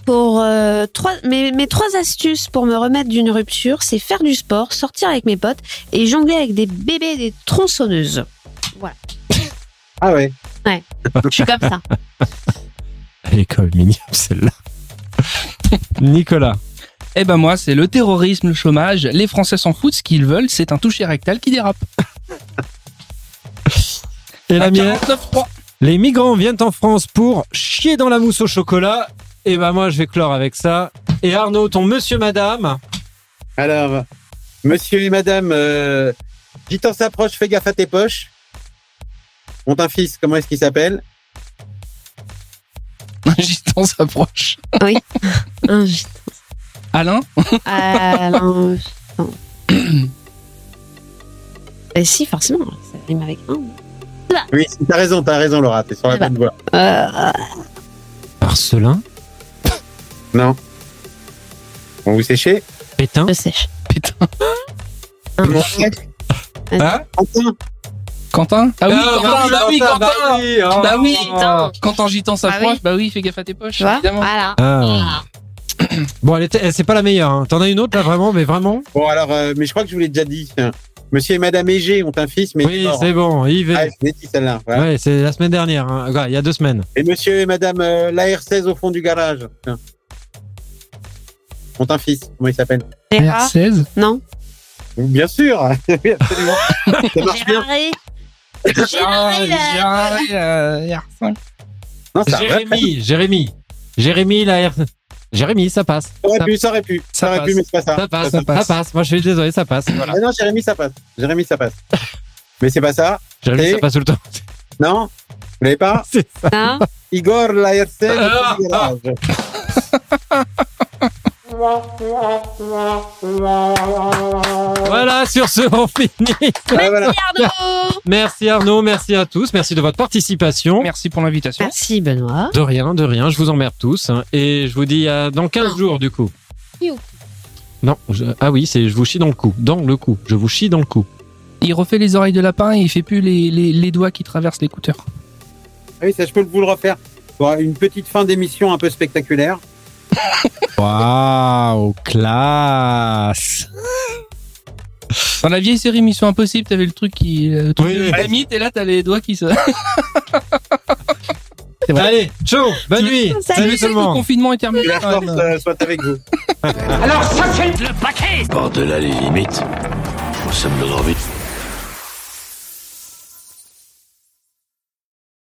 Speaker 3: pour euh, trois, mes, mes trois astuces pour me remettre d'une rupture, c'est faire du sport, sortir avec mes potes et jongler avec des bébés et des tronçonneuses.
Speaker 1: Ah ouais.
Speaker 3: Je suis comme ça.
Speaker 2: Elle est quand même mignonne celle-là. Nicolas,
Speaker 4: Eh ben, moi, c'est le terrorisme, le chômage. Les Français s'en foutent. Ce qu'ils veulent, c'est un toucher rectal qui dérape.
Speaker 2: et la
Speaker 4: À
Speaker 2: mienne
Speaker 4: 49,3.
Speaker 2: Les migrants viennent en France pour chier dans la mousse au chocolat. Et bah moi je vais clore avec ça. Et Arnaud, ton monsieur madame.
Speaker 1: Alors Monsieur et Madame, euh, vite on s'approche, fais gaffe à tes poches. Ont un fils, comment est-ce qu'il s'appelle
Speaker 4: Gitan s'approche.
Speaker 3: Hein, je-
Speaker 4: Alain
Speaker 3: Ah, non, putain. Et Euh, si, forcément, ça rime avec un.
Speaker 1: Oui, t'as raison, t'as raison Laura, t'es sur la
Speaker 3: Eh ben.
Speaker 1: bonne voie.
Speaker 3: Euh,
Speaker 2: Marcelin,
Speaker 1: Non. Bon, vous séchez
Speaker 2: Pétain,
Speaker 3: je sèche.
Speaker 4: Putain.
Speaker 3: Hein.
Speaker 1: Bon.
Speaker 2: Hein?
Speaker 1: Quentin
Speaker 4: Quentin Ah oui,
Speaker 2: Ah,
Speaker 4: Quentin, bah oui, Quentin
Speaker 2: bah oui, oh.
Speaker 4: Bah oui,
Speaker 3: Putain.
Speaker 4: Quentin Gitan
Speaker 3: Bah
Speaker 4: s'approche,
Speaker 3: oui.
Speaker 4: bah oui, fais gaffe à tes poches,
Speaker 3: Tu vois
Speaker 4: évidemment.
Speaker 3: Voilà.
Speaker 2: Ah. Bon, elle était, elle, c'est pas la meilleure. hein. T'en as une autre là vraiment, mais vraiment.
Speaker 1: Bon alors, euh, mais je crois que je vous l'ai déjà dit. hein. Monsieur et Madame Égé ont un fils, mais il est
Speaker 2: oui,
Speaker 1: mort.
Speaker 2: c'est bon. Yves.
Speaker 1: Ah, je l'ai dit celle-là. voilà.
Speaker 2: Ouais, c'est la semaine dernière. hein. Ouais, Il y a deux semaines.
Speaker 1: Et monsieur et madame euh, l'AR16 au fond du garage. Tiens. Ont un fils, comment il s'appelle
Speaker 3: Gérard,
Speaker 4: 16
Speaker 3: non.
Speaker 1: Bien sûr Oui, absolument. Ça marche bien.
Speaker 3: Gérard.
Speaker 4: Gérard, Gérard, euh, Gérard.
Speaker 1: Non, ça aurait
Speaker 2: Jérémy, Jérémy, Jérémy, la R. Jérémy, ça passe.
Speaker 1: ça aurait
Speaker 2: Ça-
Speaker 1: pu, ça aurait pu,
Speaker 4: ça
Speaker 1: ça aurait pu,
Speaker 4: passe.
Speaker 1: mais c'est pas ça.
Speaker 2: Ça passe, ça
Speaker 4: ça
Speaker 2: passe.
Speaker 4: passe.
Speaker 2: Moi, je suis désolé, ça passe.
Speaker 1: Ah non, Jérémy, ça passe. Jérémy, ça passe. mais c'est pas ça.
Speaker 2: Jérémy,
Speaker 1: Et-
Speaker 2: ça passe tout le temps.
Speaker 1: Non Vous l'avez pas
Speaker 2: C'est ça.
Speaker 3: Hein
Speaker 1: Igor l'AR16
Speaker 2: Ah,
Speaker 1: au fond du garage.
Speaker 2: Voilà, sur ce, on finit.
Speaker 1: Ah, voilà.
Speaker 3: Arnaud
Speaker 2: Merci Arnaud, merci à tous, merci de votre participation.
Speaker 4: Merci pour l'invitation.
Speaker 3: Merci, Benoît.
Speaker 2: De rien, de rien, je vous emmerde tous. hein, et je vous dis à dans 15 jours du coup.
Speaker 3: Chie au cou.
Speaker 2: Non, je- ah oui, c'est je vous chie dans le cou. Dans le cou. Je vous chie dans le cou.
Speaker 4: Il refait les oreilles de lapin et il fait plus les, les, les doigts qui traversent l'écouteur.
Speaker 1: Ah oui, ça, je peux vous le refaire. Bon, une petite fin d'émission un peu spectaculaire.
Speaker 2: Waouh, classe
Speaker 4: Dans la vieille série Mission Impossible, t'avais le truc qui. euh, Le truc
Speaker 2: Oui,
Speaker 4: de
Speaker 2: oui.
Speaker 4: dynamite, et là t'as les doigts qui se.
Speaker 2: Allez, ciao, bonne nuit. Salut tout le
Speaker 4: Le
Speaker 2: monde.
Speaker 4: confinement est terminé.
Speaker 1: Que la
Speaker 4: quand
Speaker 1: force
Speaker 4: même.
Speaker 1: euh, soit avec vous.
Speaker 7: Par-delà les limites, nous sommes de grands